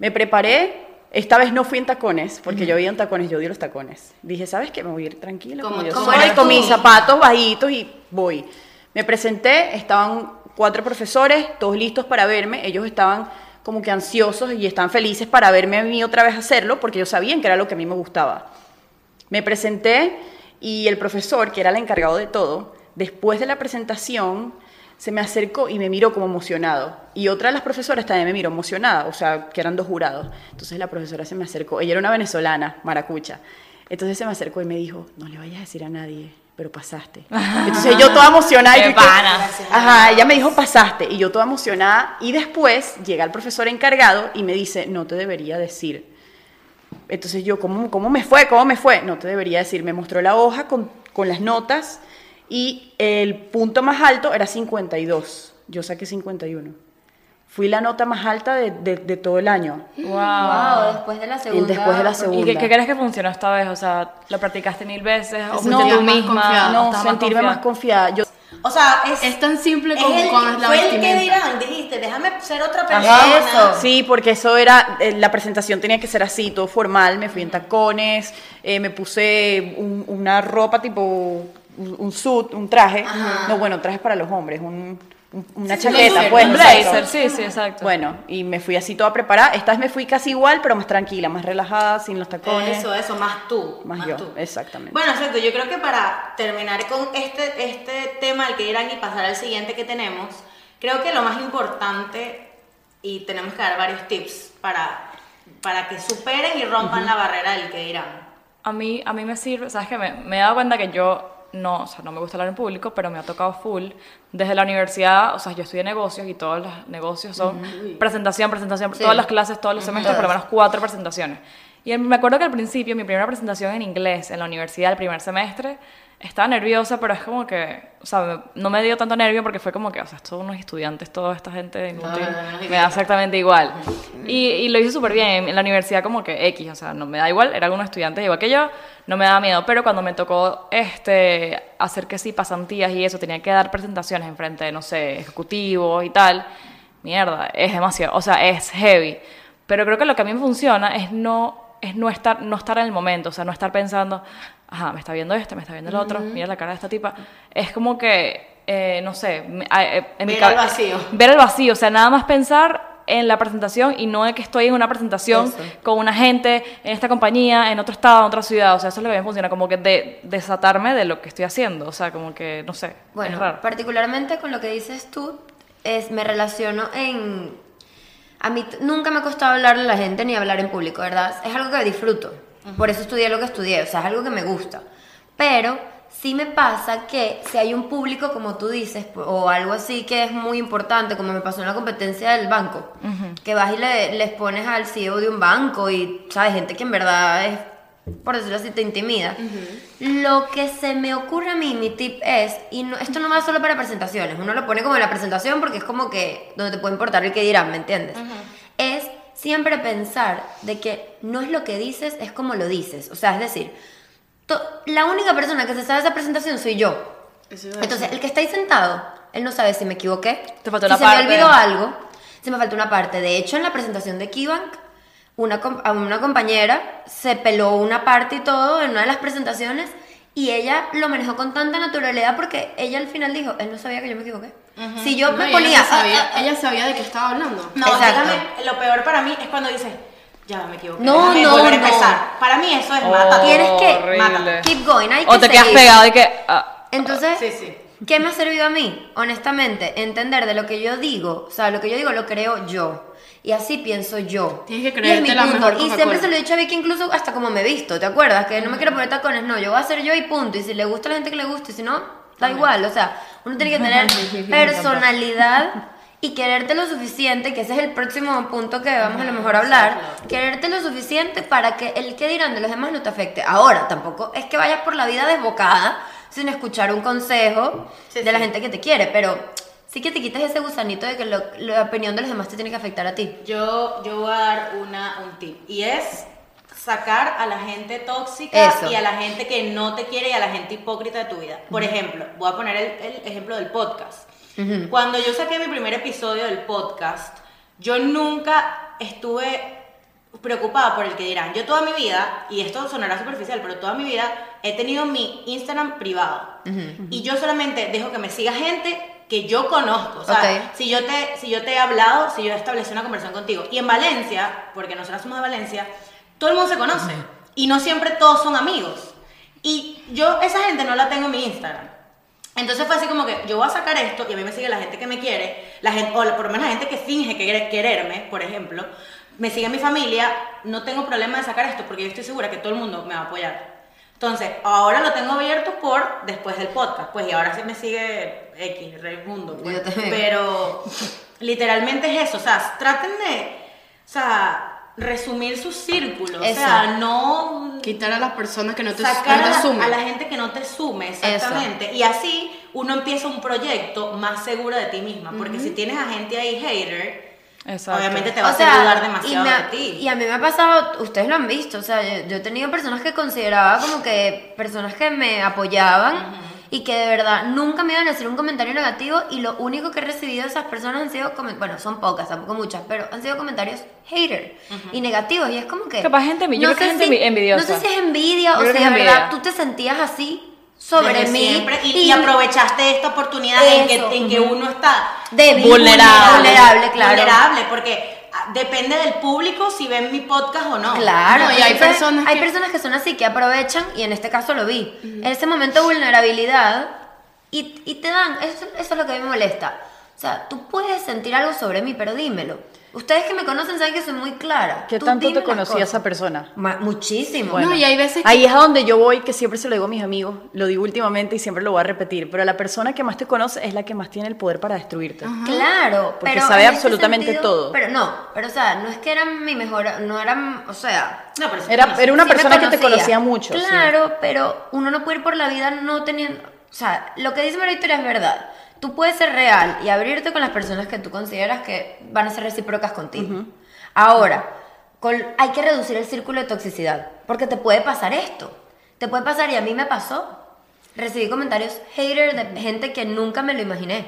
S5: Me preparé. Esta vez no fui en tacones, porque yo iba en tacones, yo odio los tacones. Dije, ¿sabes qué? Me voy a ir tranquila.
S1: Como-
S5: Como, yo
S1: como
S5: soy,
S2: eres
S5: con
S2: tú.
S5: mis zapatos bajitos y voy. Me presenté, estaban cuatro profesores, todos listos para verme. Ellos estaban como que ansiosos y estaban felices para verme a mí otra vez hacerlo, porque ellos sabían que era lo que a mí me gustaba. Me presenté y el profesor, que era el encargado de todo, después de la presentación, se me acercó y me miró como emocionado. Y otra de las profesoras también me miró emocionada, o sea, que eran dos jurados. Entonces la profesora se me acercó, ella era una venezolana, maracucha. Entonces se me acercó y me dijo, no le vayas a decir a nadie, pero pasaste. Entonces yo toda emocionada. y
S4: Qué
S5: yo que-
S4: pana.
S5: Ajá, ella me dijo, pasaste. Y yo toda emocionada. Y después llega el profesor encargado y me dice, no te debería decir. Entonces yo, ¿cómo, cómo me fue? ¿Cómo me fue? No te debería decir. Me mostró la hoja con, con las notas y el punto más alto era 52. Yo saqué 51. Fui la nota más alta de, de- de todo el año.
S4: Wow.
S2: Wow, después de la segunda.
S5: después de la segunda.
S4: ¿Y qué, qué crees que funcionó esta vez? O sea, ¿lo practicaste mil veces? ¿O
S6: No,
S4: fuiste tú
S6: más
S4: misma?
S6: confiada,
S5: no,
S4: ¿Estabas
S5: sentirme más confiada. Yo,
S1: O sea, es,
S6: Es tan simple
S1: es
S6: como
S1: el,
S6: con la
S1: fue el que
S6: vestimenta.
S1: dirán, dijiste, déjame ser otra persona.
S2: Ajá, eso.
S5: Sí, porque eso era, eh, la presentación tenía que ser así, todo formal, me fui en tacones, eh, me puse un- una ropa tipo un, un suit, un traje, no, bueno, trajes para los hombres, un- un- una chaqueta,
S6: blazer,
S5: pues,
S4: Un
S5: exacto.
S4: blazer, sí, sí, exacto.
S5: Bueno, y me fui así toda preparada, esta vez me fui casi igual, pero más tranquila, más relajada, sin los
S2: Eh,
S5: tacones.
S1: Eso, eso, más tú.
S5: Más yo,
S1: tú.
S5: exactamente.
S1: Bueno, exacto, yo creo que para terminar con este, este tema al que irán y pasar al siguiente que tenemos, creo que lo más importante, y tenemos que dar varios tips para, para que superen y rompan la barrera del que dirán.
S4: A mí, a mí me sirve, sabes que me, me he dado cuenta que yo no, o sea, no me gusta hablar en público, pero me ha tocado full. Desde la universidad, o sea, yo estudié negocios y todos los negocios son presentación, presentación,
S2: Sí.
S4: todas las clases, todos los semestres, por lo menos cuatro presentaciones. Y en- me acuerdo que al principio, mi primera presentación en inglés en la universidad, el primer semestre, estaba nerviosa, pero es como que, o sea, me- no me dio tanto nervio porque fue como que, o sea, todos unos estudiantes, toda esta gente de inútil, me da exactamente igual. Y, y lo hice súper bien, en la universidad como que X, o sea, no me da igual, era algunos estudiantes igual que yo, no me daba miedo, pero cuando me tocó este, hacer que sí, pasantías y eso, tenía que dar presentaciones en frente de, no sé, ejecutivos y tal, mierda, es demasiado, o sea, es heavy. Pero creo que lo que a mí me funciona es no, es no, estar, no estar en el momento, o sea, no estar pensando, ajá, me está viendo este, me está viendo el otro, mira la cara de esta tipa. Es como que, eh, no sé, me- a- eh, en mi
S1: Ver al
S4: cabe-
S1: vacío.
S4: Ver el vacío, o sea, nada más pensar en la presentación y no de que estoy en una presentación con una gente, en esta compañía, en otro estado, en otra ciudad, o sea, eso es lo que a mí me funciona, como que de, desatarme de lo que estoy haciendo, o sea, como que, no sé, es
S2: Bueno,
S4: raro.
S2: particularmente con lo que dices tú, es, me relaciono en... A mí t- nunca me ha costado hablarle a la gente ni hablar en público, ¿verdad? Es algo que disfruto. Por eso estudié lo que estudié, o sea, es algo que me gusta. Pero sí me pasa que si hay un público, como tú dices, o algo así que es muy importante, como me pasó en la competencia del banco, que vas y le- les pones al CEO de un banco y, ¿sabes? Gente que en verdad es, por decirlo así, te intimida. Lo que se me ocurre a mí, mi tip es, y no- esto no va solo para presentaciones, uno lo pone como en la presentación porque es como que donde te puede importar el que dirán, ¿me entiendes? Es siempre pensar de que no es lo que dices, es como lo dices. O sea, es decir, to- la única persona que se sabe esa presentación soy yo. Entonces, el que está ahí sentado, él no sabe si me equivoqué,
S4: Te faltó
S2: si
S4: una
S2: se
S4: parte.
S2: me olvidó algo, si me faltó una parte. De hecho, en la presentación de Keybank, una, com- a una compañera se peló una parte y todo en una de las presentaciones y ella lo manejó con tanta naturalidad porque ella al final dijo, él no sabía que yo me equivoqué. Si yo
S6: No,
S2: me
S6: y
S2: ponía...
S6: Ella sabía,
S2: "Ah, ah, ah",
S6: ella sabía de qué estaba hablando.
S1: No,
S2: Exacto.
S1: déjame- lo peor para mí es cuando dices, ya me equivoqué,
S2: No,
S1: déjame
S2: no,
S1: volver a
S2: no. Oh.
S1: empezar. Para mí eso es mata.
S2: Tienes que-
S4: Horrible.
S2: ah, keep going, hay
S4: O
S2: que
S4: te quedas
S2: seguir.
S4: pegado y que. ah,
S2: Entonces,
S1: Sí, sí.
S2: ¿qué me ha servido a mí? Honestamente, entender de lo que yo digo, o sea, lo que yo digo lo creo yo. Y así pienso yo.
S6: Tienes que
S2: Y es mi
S6: creerte la
S2: punto.
S6: mejor
S2: Y
S6: Coca-Cola.
S2: siempre se lo he dicho a Vicky, incluso hasta como me he visto, ¿te acuerdas? Que no me quiero poner tacones, no, yo voy a ser yo y punto. Y si le gusta a la gente que le guste, y si no, da igual. O sea, uno tiene que tener personalidad y quererte lo suficiente, que ese es el próximo punto que vamos a lo mejor a hablar. Quererte lo suficiente para que el que dirán de los demás no te afecte. Ahora, tampoco es que vayas por la vida desbocada sin escuchar un consejo
S1: Sí,
S2: de la
S1: sí.
S2: gente que te quiere, pero sí que te quites ese gusanito de que lo- la opinión de los demás te tiene que afectar a ti.
S1: Yo, yo voy a dar una, un tip y es sacar a la gente tóxica
S2: Eso.
S1: y a la gente que no te quiere y a la gente hipócrita de tu vida. Por ejemplo, voy a poner el, el ejemplo del podcast. Cuando yo saqué mi primer episodio del podcast, yo nunca estuve preocupada por el que dirán. Yo toda mi vida, y esto sonará superficial, pero toda mi vida he tenido mi Instagram privado. Y yo solamente dejo que me siga gente que yo conozco. O sea,
S2: Ok.
S1: si yo, te, si yo te he hablado, si yo establecí una conversación contigo. Y en Valencia, porque nosotros somos de Valencia, todo el mundo se conoce. Y no siempre todos son amigos. Y yo, esa gente no la tengo en mi Instagram. Entonces fue así como que yo voy a sacar esto y a mí me sigue la gente que me quiere, la gente, o la- por lo menos la gente que finge que quere- quererme, por ejemplo, me sigue mi familia, no tengo problema de sacar esto porque yo estoy segura que todo el mundo me va a apoyar. Entonces, ahora lo tengo abierto por después del podcast, pues y ahora se me sigue X, Raimundo. Pues,
S2: Yo también.
S1: pero literalmente es eso, o sea, traten de, o sea, resumir su círculo, o sea,
S2: Eso.
S1: no
S6: Quitar a las personas que no te,
S1: sacar
S6: no te
S1: a la,
S6: sumen.
S1: a la gente que no te sume, exactamente. Y así uno empieza un proyecto más segura de ti misma, porque si tienes a gente ahí hater,
S4: Exacto.
S1: obviamente te vas
S2: O sea,
S1: a dudar demasiado
S2: y me ha-
S1: de ti.
S2: Y a mí me ha pasado, ustedes lo han visto, o sea, yo, yo he tenido personas que consideraba como que personas que me apoyaban y que de verdad nunca me iban a hacer un comentario negativo y lo único que he recibido de esas personas han sido, comen- bueno, son pocas, tampoco muchas, pero han sido comentarios hater y negativos y es como que...
S4: Capaz gente envi- yo creo que gente envi- envidiosa.
S2: No sé si es envidia
S4: Yo
S2: o
S4: creo
S2: si de
S4: que es
S2: verdad
S4: envidia.
S2: tú te sentías así sobre
S1: Desde
S2: mí
S1: siempre, y, y aprovechaste esta oportunidad en
S2: Eso,
S1: que, en que uno está
S2: Débil,
S1: vulnerable,
S2: vulnerable, claro.
S1: vulnerable, porque ah, depende del público si ven mi podcast o no.
S2: Claro,
S6: No, y hay
S2: entonces,
S6: personas
S2: hay
S6: que-
S2: personas que son así, que aprovechan, y en este caso lo vi, ese momento de vulnerabilidad, y, y te dan, eso, eso es lo que a mí me molesta. O sea, tú puedes sentir algo sobre mí, pero dímelo. Ustedes que me conocen saben que soy muy clara.
S5: ¿Qué
S2: Tú
S5: tanto
S2: dime
S5: te
S2: las
S5: conocía
S2: cosas.
S5: esa persona?
S2: Ma- muchísimo.
S5: Bueno,
S6: y hay veces que-
S5: Ahí es a donde yo voy, que siempre se lo digo a mis amigos, lo digo últimamente y siempre lo voy a repetir, pero la persona que más te conoce es la que más tiene el poder para destruirte.
S2: Claro,
S5: Porque
S2: pero
S5: sabe
S2: en ese
S5: absolutamente todo.
S2: Pero no, pero o sea, no es que eran mi mejor, no eran, o sea,
S1: No, pero si
S5: Era-
S1: tú no-
S5: era una
S2: sí me
S5: persona que te conocía mucho, sí.
S2: Claro, pero uno no puede ir por la vida no teniendo. O sea, lo que dice María Victoria es verdad. Tú puedes ser real y abrirte con las personas que tú consideras que van a ser recíprocas contigo. Ahora, con- hay que reducir el círculo de toxicidad. Porque te puede pasar esto. Te puede pasar, y a mí me pasó. Recibí comentarios hater de gente que nunca me lo imaginé.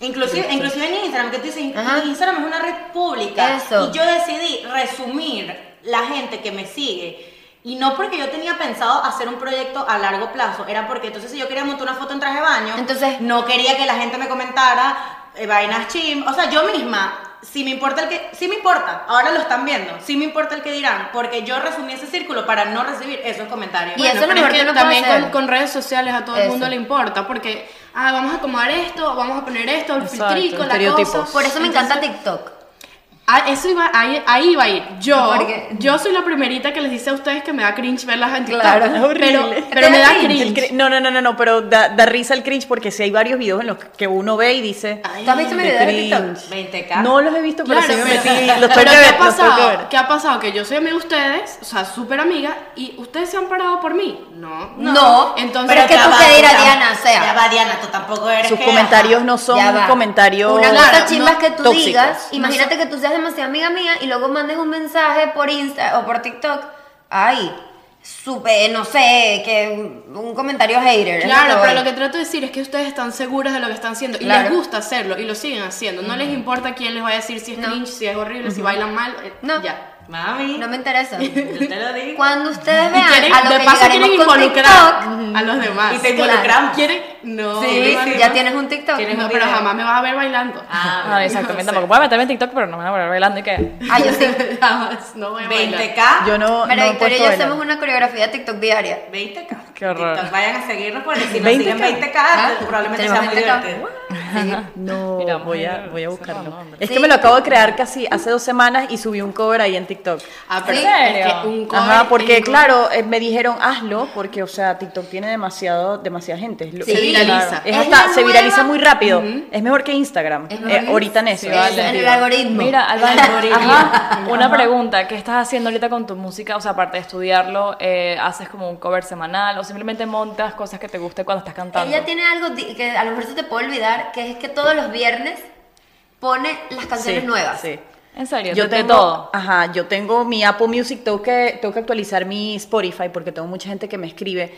S1: Inclusive, inclusive en Instagram, que tú dices,
S2: Ajá.
S1: Instagram es una red pública.
S2: Eso.
S1: Y yo decidí resumir la gente que me sigue. Y no porque yo tenía pensado hacer un proyecto a largo plazo, era porque entonces si yo quería montar una foto en traje de baño,
S2: Entonces-
S1: no quería que la gente me comentara eh, vainas chim. O sea, yo misma, si me importa el que, sí me importa, ahora lo están viendo, sí me importa el que dirán, porque yo resumí ese círculo para no recibir esos comentarios.
S2: Y eso es lo
S6: pero
S2: mejor
S6: es
S2: que
S6: que
S2: uno puede
S6: también
S2: hacer.
S6: con, con redes sociales a todo el
S2: Eso.
S6: mundo le importa porque ah vamos a acomodar esto vamos a poner esto el
S4: Exacto,
S6: filtrico la
S5: estereotipos.
S6: cosa
S2: Por eso me encanta
S6: Entonces,
S2: TikTok.
S6: Ah, eso iba, ahí, ahí iba a ir. Yo,
S2: ¿Por qué?
S6: yo soy la primerita que les dice a ustedes que me da cringe verlas en TikTok.
S2: Claro, es
S6: Pero,
S5: horrible.
S6: pero me da
S5: El
S6: cringe.
S5: cri- No, no, no, no, no, pero da, da risa el cringe porque sí hay varios videos en los que uno ve y dice.
S2: ¿Tú has visto mi
S5: de
S2: video de TikTok?
S5: cringe.
S1: 20K.
S5: No los he visto, pero
S6: Claro,
S5: sí me
S6: pero-
S5: metí. Los tengo
S6: pero
S5: que
S6: ¿qué
S5: ver,
S6: ha
S5: los tengo que ver.
S6: pasado? ¿Qué ha pasado? Que yo soy amiga de ustedes, o sea, súper amiga, y ustedes se han parado por mí. No.
S2: No,
S6: Entonces-
S2: pero es que
S1: ya
S2: tú
S1: va,
S2: que dirá
S1: ya-
S2: Diana, o sea.
S1: Ya va, Diana, tú tampoco eres
S5: Sus
S1: que-
S5: comentarios no son
S2: Ya va.
S5: comentarios.
S2: Una cosa
S5: Claro,
S2: chimba
S5: no-
S2: que tú
S5: tóxicos.
S2: digas, imagínate que tú seas demasiado amiga mía y luego mandes un mensaje por Insta o por TikTok. Ay, supe, no sé, que un- un comentario hater. es
S6: Claro,
S2: voy.
S6: pero lo que trato de decir es que ustedes están seguras de lo que están haciendo y
S2: Claro.
S6: les gusta hacerlo y lo siguen haciendo. No les importa quién les va a decir si es
S2: No.
S6: cringe, si es horrible, si bailan mal. eh,
S2: No.
S6: Ya.
S1: Mami,
S2: No me interesa.
S1: yo te lo digo.
S2: Cuando ustedes
S6: Y
S2: vean
S6: quieren,
S2: a lo
S6: de
S2: que
S6: paso quieren
S2: llegaremos con
S6: involucrar
S2: TikTok,
S6: a los demás.
S1: Y te
S2: claro.
S1: involucramos.
S6: ¿Quieren? No.
S2: sí,
S6: no,
S2: ya
S6: no.
S2: tienes un TikTok.
S1: Tienes
S6: No,
S1: un
S6: pero
S1: video.
S6: jamás me vas a ver bailando.
S1: Ah,
S4: No, exactamente. Tampoco voy a meterme en TikTok, pero no me voy a poner bailando y que.
S2: Ah, yo sí.
S6: Jamás, no voy a bailar.
S1: 20K.
S5: Yo
S2: Pero
S5: no. no pues he
S2: Victoria y
S5: puesto
S2: yo
S5: vela.
S2: hacemos una coreografía de TikTok diaria.
S1: 20K.
S4: Qué horror.
S1: TikTok, vayan a seguirnos porque si nos
S5: 20K.
S1: siguen 20K, probablemente sea
S2: Tenemos
S1: muy
S2: 20K.
S1: divertido.
S5: No,
S4: Mira,
S5: voy, a,
S4: mujer,
S5: voy a
S4: ese
S5: buscarlo.
S4: nombre.
S5: Es que
S2: Sí.
S5: me lo acabo de crear casi hace dos semanas y subí un cover ahí en TikTok.
S6: Ah, pero
S2: ¿Sí?
S6: es
S4: ¿En
S6: que
S4: serio?
S6: un cover-
S5: Ajá, porque
S6: un cover-
S5: claro, eh, me dijeron hazlo, porque o sea, TikTok tiene demasiado, demasiada gente. Es lo-
S2: Sí,
S5: es-
S6: viraliza.
S2: Es
S5: es hasta-
S2: la
S5: se viraliza
S2: nueva-
S5: muy rápido. Es mejor que Instagram.
S2: Es
S5: eh,
S2: mejor que-
S5: ahorita en eso.
S2: Sí, vale. en el algoritmo.
S4: Mira, Alba,
S2: El algoritmo.
S4: ajá, una pregunta. ¿Qué estás haciendo ahorita con tu música? O sea, aparte de estudiarlo, eh, ¿haces como un cover semanal o simplemente montas cosas que te guste cuando estás cantando?
S2: Ella tiene algo di- que a lo mejor se te puede olvidar, que es que todos los viernes pone las canciones
S5: Sí,
S2: nuevas.
S5: sí.
S4: En serio,
S5: Yo
S4: de
S5: tengo,
S4: todo.
S5: Ajá, yo tengo mi Apple Music, tengo que, tengo que actualizar mi Spotify porque tengo mucha gente que me escribe.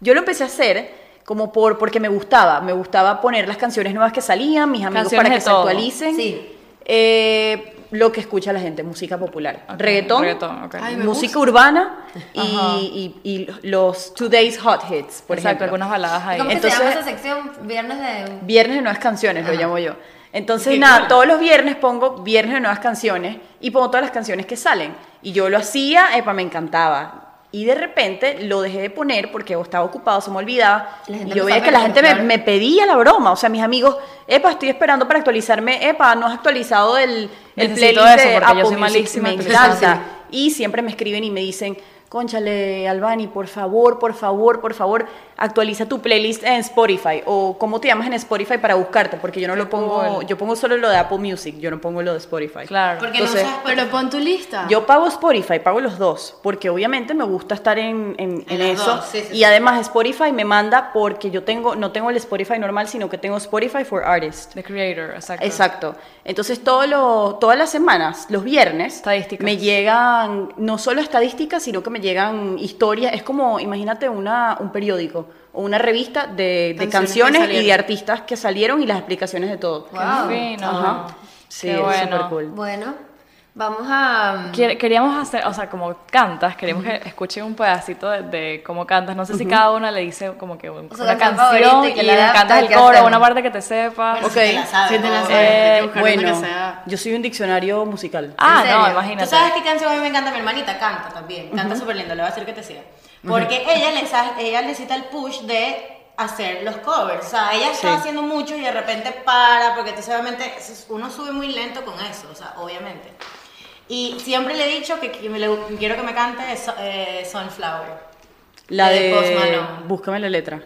S5: Yo lo empecé a hacer como por, porque me gustaba, me gustaba poner las canciones nuevas que salían, mis amigos
S4: Canciones
S5: para que
S4: de
S5: se
S4: todo.
S5: actualicen.
S2: Sí.
S5: Eh, lo que escucha la gente, música popular.
S4: Ok,
S5: reggaetón,
S4: reggaetón, ok.
S6: Ay, me
S5: música urbana y, y- y los Today's Hot Hits, por
S4: Exacto,
S5: ejemplo.
S4: algunas baladas ahí.
S2: ¿Cómo que
S5: Entonces-
S2: se llama esa sección? Viernes de...
S5: Viernes de nuevas canciones, lo llamo yo. Entonces, nada, todos los viernes pongo viernes de nuevas canciones y pongo todas las canciones que salen. Y yo lo hacía, epa, me encantaba. Y de repente lo dejé de poner porque o estaba ocupado, se me olvidaba.
S2: La gente
S5: Y yo
S2: empezó
S5: veía
S2: a
S5: que la
S2: pedir,
S5: gente me,
S2: claro.
S5: me pedía la broma. O sea, mis amigos, epa, estoy esperando para actualizarme. Epa, no has actualizado el, el
S4: Necesito
S5: playlist
S4: eso,
S5: de
S4: porque yo
S5: Apple
S4: soy
S5: Music".
S4: malísima
S5: Me
S4: actualizando.
S5: encanta. Y siempre me escriben y me dicen, conchale, Albani, por favor, por favor, por favor, actualiza tu playlist en Spotify o cómo te llamas en Spotify para buscarte, porque yo no lo pongo, yo pongo solo lo de Apple Music, yo no pongo lo de Spotify.
S4: Claro.
S1: Porque
S5: Entonces,
S1: no usas
S6: Pero pon tu lista.
S5: Yo pago Spotify, pago los dos, porque obviamente me gusta estar en, en- en
S1: los
S5: eso.
S1: dos, sí, sí,
S5: y
S1: sí.
S5: además Spotify me manda porque yo tengo, no tengo el Spotify normal, sino que tengo Spotify for Artists.
S4: The Creator, exacto.
S5: Exacto. Entonces, todo lo- todas las semanas, los viernes,
S4: Estadísticas.
S5: me llegan no solo estadísticas, sino que me llegan historias. Es como, imagínate, una, un periódico o una revista de, de
S6: Canciones que
S5: canciones, y de
S6: salieron.
S5: artistas que salieron y las explicaciones de todo.
S2: Wow.
S4: Fino.
S5: Ajá. Sí,
S4: Qué
S5: es
S4: bueno.
S5: súper cool.
S2: Bueno, vamos a...
S4: Quier- Queríamos hacer, o sea, como cantas, queríamos que escuchen un pedacito de, de cómo cantas. No sé si cada una le dice como que un-
S2: Su
S4: una
S2: canción favorita
S4: canción
S2: y
S4: y
S2: que la
S4: le
S2: adapta,
S4: cantas el
S2: ¿qué
S4: coro,
S2: hacemos?
S4: una parte que te sepa.
S1: Bueno, si te la sabes,
S6: Sí, te la
S1: ¿no?
S6: sabes.
S4: Eh,
S6: hay que buscar una
S5: Bueno,
S6: que sea-
S5: yo soy un diccionario musical.
S4: Ah,
S2: ¿En serio?
S4: no,
S2: ¿Tú
S4: imagínate.
S1: ¿Tú sabes qué canción a mí me encanta? Mi hermanita canta también, canta súper lindo, le voy a decir que te siga. Porque ella, le sa- ella le cita el push de hacer los covers, o sea, ella está
S5: Sí.
S1: haciendo muchos y de repente para, porque entonces obviamente es- uno sube muy lento con eso, o sea, obviamente. Y siempre le he dicho que qui- me le- quiero que me cante so- eh, Sunflower.
S5: La
S1: de
S5: de...
S1: Post Malone.
S5: Búscame la letra.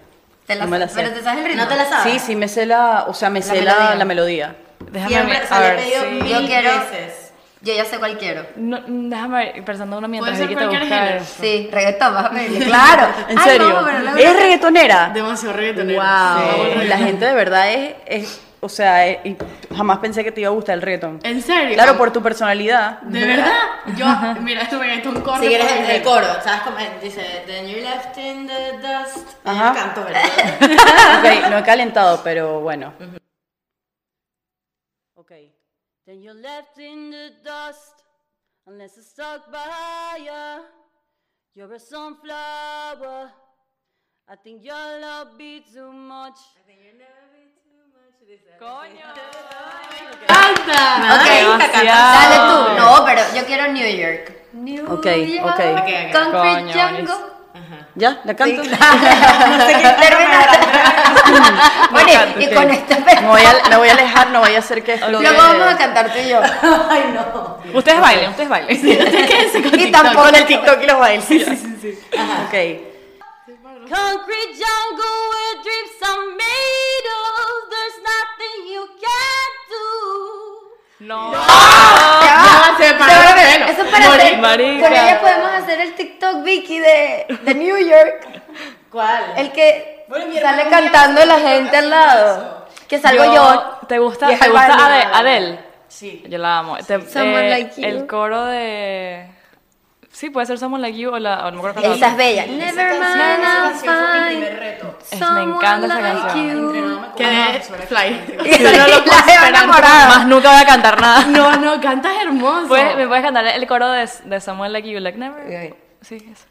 S2: Te la-
S5: No me la sé.
S2: Pero te sabes el ritmo.
S1: ¿No te la sabes?
S5: Sí, sí, me sé la... O sea, me sé
S2: melodía.
S5: la, la melodía.
S4: Déjame
S1: Siempre,
S4: ver,
S1: o sea,
S4: a
S1: le he
S4: ver,
S1: pedido
S4: sí.
S1: mil
S2: Yo quiero-
S1: veces.
S2: Yo ya sé cuál quiero.
S4: No, mm, déjame ir pensando una mientras
S6: ser
S4: Vicky te
S6: cualquier
S4: busca.
S6: género.
S4: eso.
S2: Sí, reggaetón, vas a pedirle. Claro.
S5: ¿En
S2: Ay,
S5: serio?
S2: vamos, pero luego-
S5: ¿Es reggaetonera?
S6: Demasiado reggaetonero.
S5: Wow,
S6: Sí.
S5: la gente de verdad es, es- o sea, es- y jamás pensé que te iba a gustar el reggaetón.
S6: ¿En serio?
S5: Claro, por tu personalidad.
S6: ¿De verdad? Yo, mira, este reggaetón corre.
S1: Si quieres
S6: por
S1: el,
S6: mi
S1: el coro, ¿sabes cómo? Eh, Dice, Then you left in the dust.
S5: Ajá.
S1: Ajá. Canto, ¿verdad?
S5: Ok, no he calentado, pero bueno. Ok. Then you're left in the dust, unless it's stuck by ya. You're a sunflower. I think you love me too much.
S6: ¡Me encanta!
S2: Ok,
S4: demasiado.
S2: dale tú. No, pero yo quiero New York. New
S5: Ok,
S2: York.
S5: ok.
S1: Ok, ok.
S2: Concrete
S4: Coño,
S2: Jungle.
S5: ¿Ya? ¿La canto?
S2: Termina. Bueno,
S4: canto,
S2: ¿y
S5: Sí.
S2: con este
S5: me, voy a, me voy a alejar, no vaya a ser que explote.
S2: Luego vamos a cantar tú y yo.
S1: Ay, no.
S4: Ustedes bailen, ustedes bailen.
S2: y tampoco
S5: Con el TikTok y los bailes. Sí, sí, sí. Ok.
S7: Concrete jungle where dreams are made of. There's nothing you can do.
S4: No.
S2: Ya va.
S6: No, se me paró
S2: No,
S6: el pelo.
S2: Eso es para
S4: Mori-
S2: hacer.
S4: marica.
S2: Con ella podemos hacer el TikTok Vicky de, de New York.
S1: ¿Cuál?
S2: El que
S1: Bueno, mi
S2: sale
S1: hermano
S2: cantando
S1: ya-
S2: la gente al lado. Que salgo yo.
S4: ¿Te gusta,
S2: Y es
S4: te
S2: al
S4: gusta
S2: baño.
S4: Ade- Adele?
S1: Sí.
S4: Yo la amo. Te- eh,
S2: Someone Like You.
S4: El coro de... Sí, puede ser Someone Like You o la... O no me acuerdo cuál
S2: Esa es
S4: otra.
S2: bella. Never mind,
S1: Esa canción
S2: I'll
S1: fue mi primer
S2: find
S1: reto.
S4: Es- me encanta esa
S2: someone like
S4: canción.
S2: you.
S6: Quedé fly.
S2: Y no lo puedo
S4: Más nunca voy a cantar nada.
S6: No, no, cantas hermoso.
S4: Pues, ¿Me puedes cantar el coro de, de Someone Like You? Like Never...
S2: Bien.
S4: Sí, eso.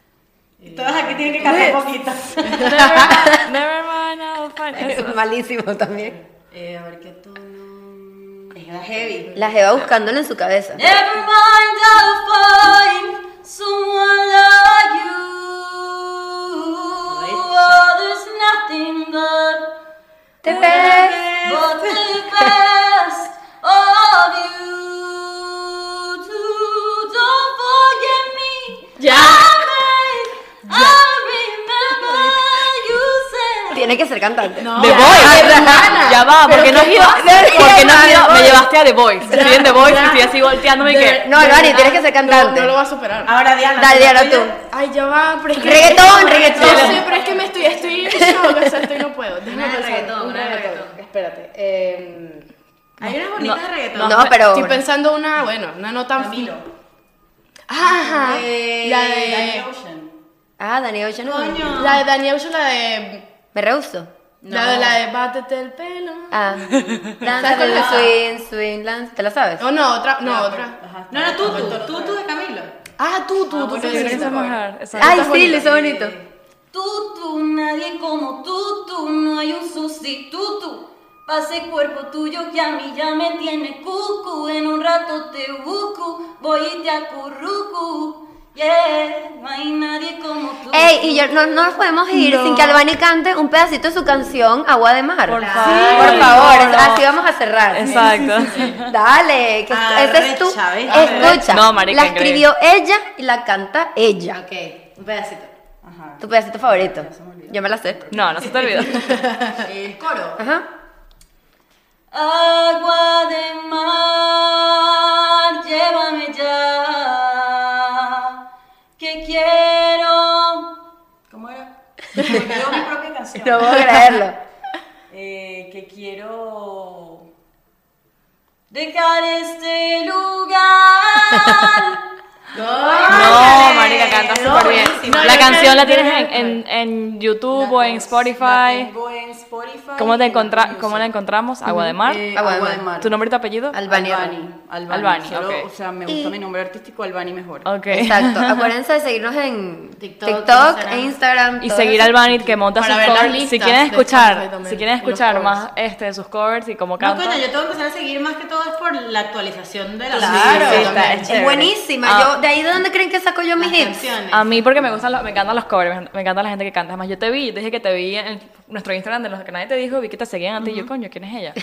S1: Todas aquí tienen que cantar poquito.
S4: Never mind, never mind, I'll find... Eso.
S2: Es malísimo también.
S1: Eh, a ver qué tono. Era heavy.
S2: La jeva buscándolo en su cabeza.
S7: Never mind, I'll find someone like you. Oh, there's nothing but
S2: The best.
S7: but the best of you. Too. Don't forget me. I'll make, I'll remember you said.
S2: Tiene que ser cantante.
S4: The Voice. ya va, porque no has ido. Porque no has ido. Me llevaste a The Voice. Estoy en The Voice y estoy así volteándome y que.
S2: No, Dani, Ah, tienes que ser cantante.
S6: No, no lo va a superar.
S1: Ahora Diana. ¿tú
S2: Dale,
S1: la
S2: Diana,
S1: tuya?
S2: tú.
S6: Ah. Ay, ya va, pero es que.
S2: Reggaetón,
S6: No
S2: reggaetón.
S6: sé, pero es que me estoy, estoy en shock, o sea, estoy no puedo. Déjame
S1: Una de
S6: pensar.
S1: reggaetón,
S6: Una
S1: una de
S6: de
S1: reggaetón.
S6: Espérate. eh,
S1: Hay unas bonitas de reggaetón.
S2: No, pero.
S6: Estoy pensando una, bueno, una no tan filo. Ajá.
S1: Eh,
S6: la de.
S1: Danny Ocean.
S2: Ah, Dani Ocean.
S1: Coño.
S6: La de Daniel Ocean, la de.
S2: Me rehuso.
S6: La de la de bátete el pelo.
S2: Ah. Dance
S6: ¿Sabes
S2: with
S6: cuál
S2: the swing, swing, dance. ¿Te la sabes?
S6: Oh, no, otra, no, otra.
S1: Ajá. No, no, tú, tú, tú, tú de Camilo.
S6: Ah, tú, tú, tú.
S4: Yo
S6: tú,
S4: creo que
S6: tú.
S4: esa es mejor, esa-
S2: Ay, sí, lo hizo bonito.
S7: Tú, tú, nadie como tú, tú, no hay un sustituto. Pase cuerpo tuyo que a mí ya me tiene cucu. En un rato te busco, voy y te acurruco. Yeah, no hay nadie como tú.
S2: Ey, y yo, no, no nos podemos ir sin que Albani cante un pedacito de su canción Agua de Mar.
S4: Por
S2: Sí,
S4: favor.
S2: por favor,
S4: No.
S2: así vamos a cerrar.
S4: Exacto.
S2: Dale, que es- ese es tu.
S1: Arrecha, ¿ves?
S2: Escucha,
S4: No, marica,
S2: la escribió ella y la canta ella.
S1: Ok, un pedacito.
S2: Tu pedacito favorito. Yo me la sé.
S4: No, no se te olvidó.
S1: El coro.
S2: Ajá.
S7: Agua de mar, llévame ya, que quiero.
S1: ¿Cómo era? Se me olvidó mi propia canción.
S2: No puedo creerlo.
S1: Eh, que quiero.
S7: Dejar este lugar.
S4: No, marica, canta
S1: No,
S4: súper bien.
S1: buenísimo.
S4: La
S1: No,
S4: canción la tienes en, en, en YouTube o en
S1: La
S4: Spotify.
S1: tengo en Spotify.
S4: ¿Cómo, te
S1: y en
S4: encontra-
S1: Apple Music.
S4: ¿Cómo la encontramos? Agua de Mar.
S5: Eh,
S2: Agua de
S5: Agua de
S2: Mar.
S5: Mar.
S4: ¿Tu nombre y tu apellido?
S2: Albani.
S5: Albani. Albani.
S4: Albani,
S5: Solo,
S4: ok.
S5: O sea, me gusta mi nombre artístico, Albani mejor.
S4: Ok.
S2: Exacto. Acuérdense de seguirnos en TikTok,
S1: TikTok, Instagram.
S2: e Instagram.
S4: y
S2: todo
S4: seguir
S2: eso.
S4: al Bunny que monta
S6: Para
S4: sus
S6: ver las
S4: covers.
S6: listas
S4: Si quieren
S6: de
S4: escuchar,
S6: Spotify también,
S4: si quieren
S6: y los
S4: escuchar
S6: covers.
S4: más este de sus covers y cómo
S1: No,
S4: canta.
S1: coño, yo tengo que empezar a seguir más que todo es por la actualización de la
S5: Claro.
S1: Sí,
S5: Sí,
S1: está,
S5: también.
S1: es
S2: Es
S1: chévere.
S2: buenísima. Yo, ¿De ahí de dónde creen que saco yo mis
S1: Las
S2: hits?
S1: canciones.
S4: A mí porque me gustan los- me encantan los covers, me- me encanta la gente que canta. Además, yo te vi, yo te dije que te vi en nuestro Instagram de los que nadie te dijo, vi que te seguían antes y yo, coño, ¿quién es ella?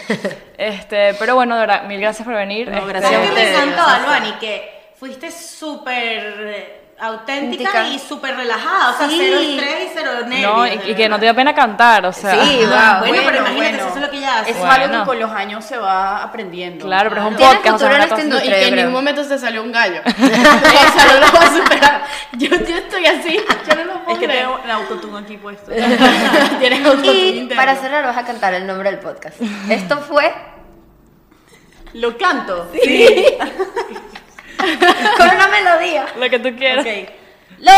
S4: este, pero bueno, de verdad, mil gracias por venir.
S5: No,
S4: Este,
S5: gracias a
S1: ¿Sabes qué me
S5: ustedes,
S1: encantó,
S5: gracias.
S1: Albani? Que fuiste súper eh, auténtica
S2: Auténtica.
S1: y súper relajada. O sea,
S2: Sí.
S1: cero estrés y cero nervios.
S4: No, y,
S1: de
S4: y que no te
S1: verdad.
S4: da pena cantar, o sea.
S2: Sí,
S1: Ah,
S2: wow.
S1: bueno, pero
S5: Bueno,
S1: imagínate,
S5: bueno.
S1: eso es lo que ella hace.
S5: Es
S4: Bueno.
S5: algo que con los años se va aprendiendo.
S4: Claro, pero es un
S2: Tiene
S4: podcast, o sea,
S2: futuro
S4: una
S2: en esta
S4: cosa-
S6: No, y
S2: Yo
S6: que en este
S2: creo.
S6: ningún momento se salió un gallo. o sea, no lo voy a superar. Yo, yo estoy así, yo no lo puedo
S5: Es que
S6: creer.
S5: tengo el autotune aquí puesto.
S6: Tienes autotune
S2: Y
S6: interno.
S2: para cerrar vas a cantar el nombre del podcast. Esto fue
S5: Lo canto.
S2: con una melodía.
S4: Lo que tú quieras.
S5: Ok.
S7: Lo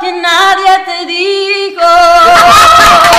S7: que nadie te dijo.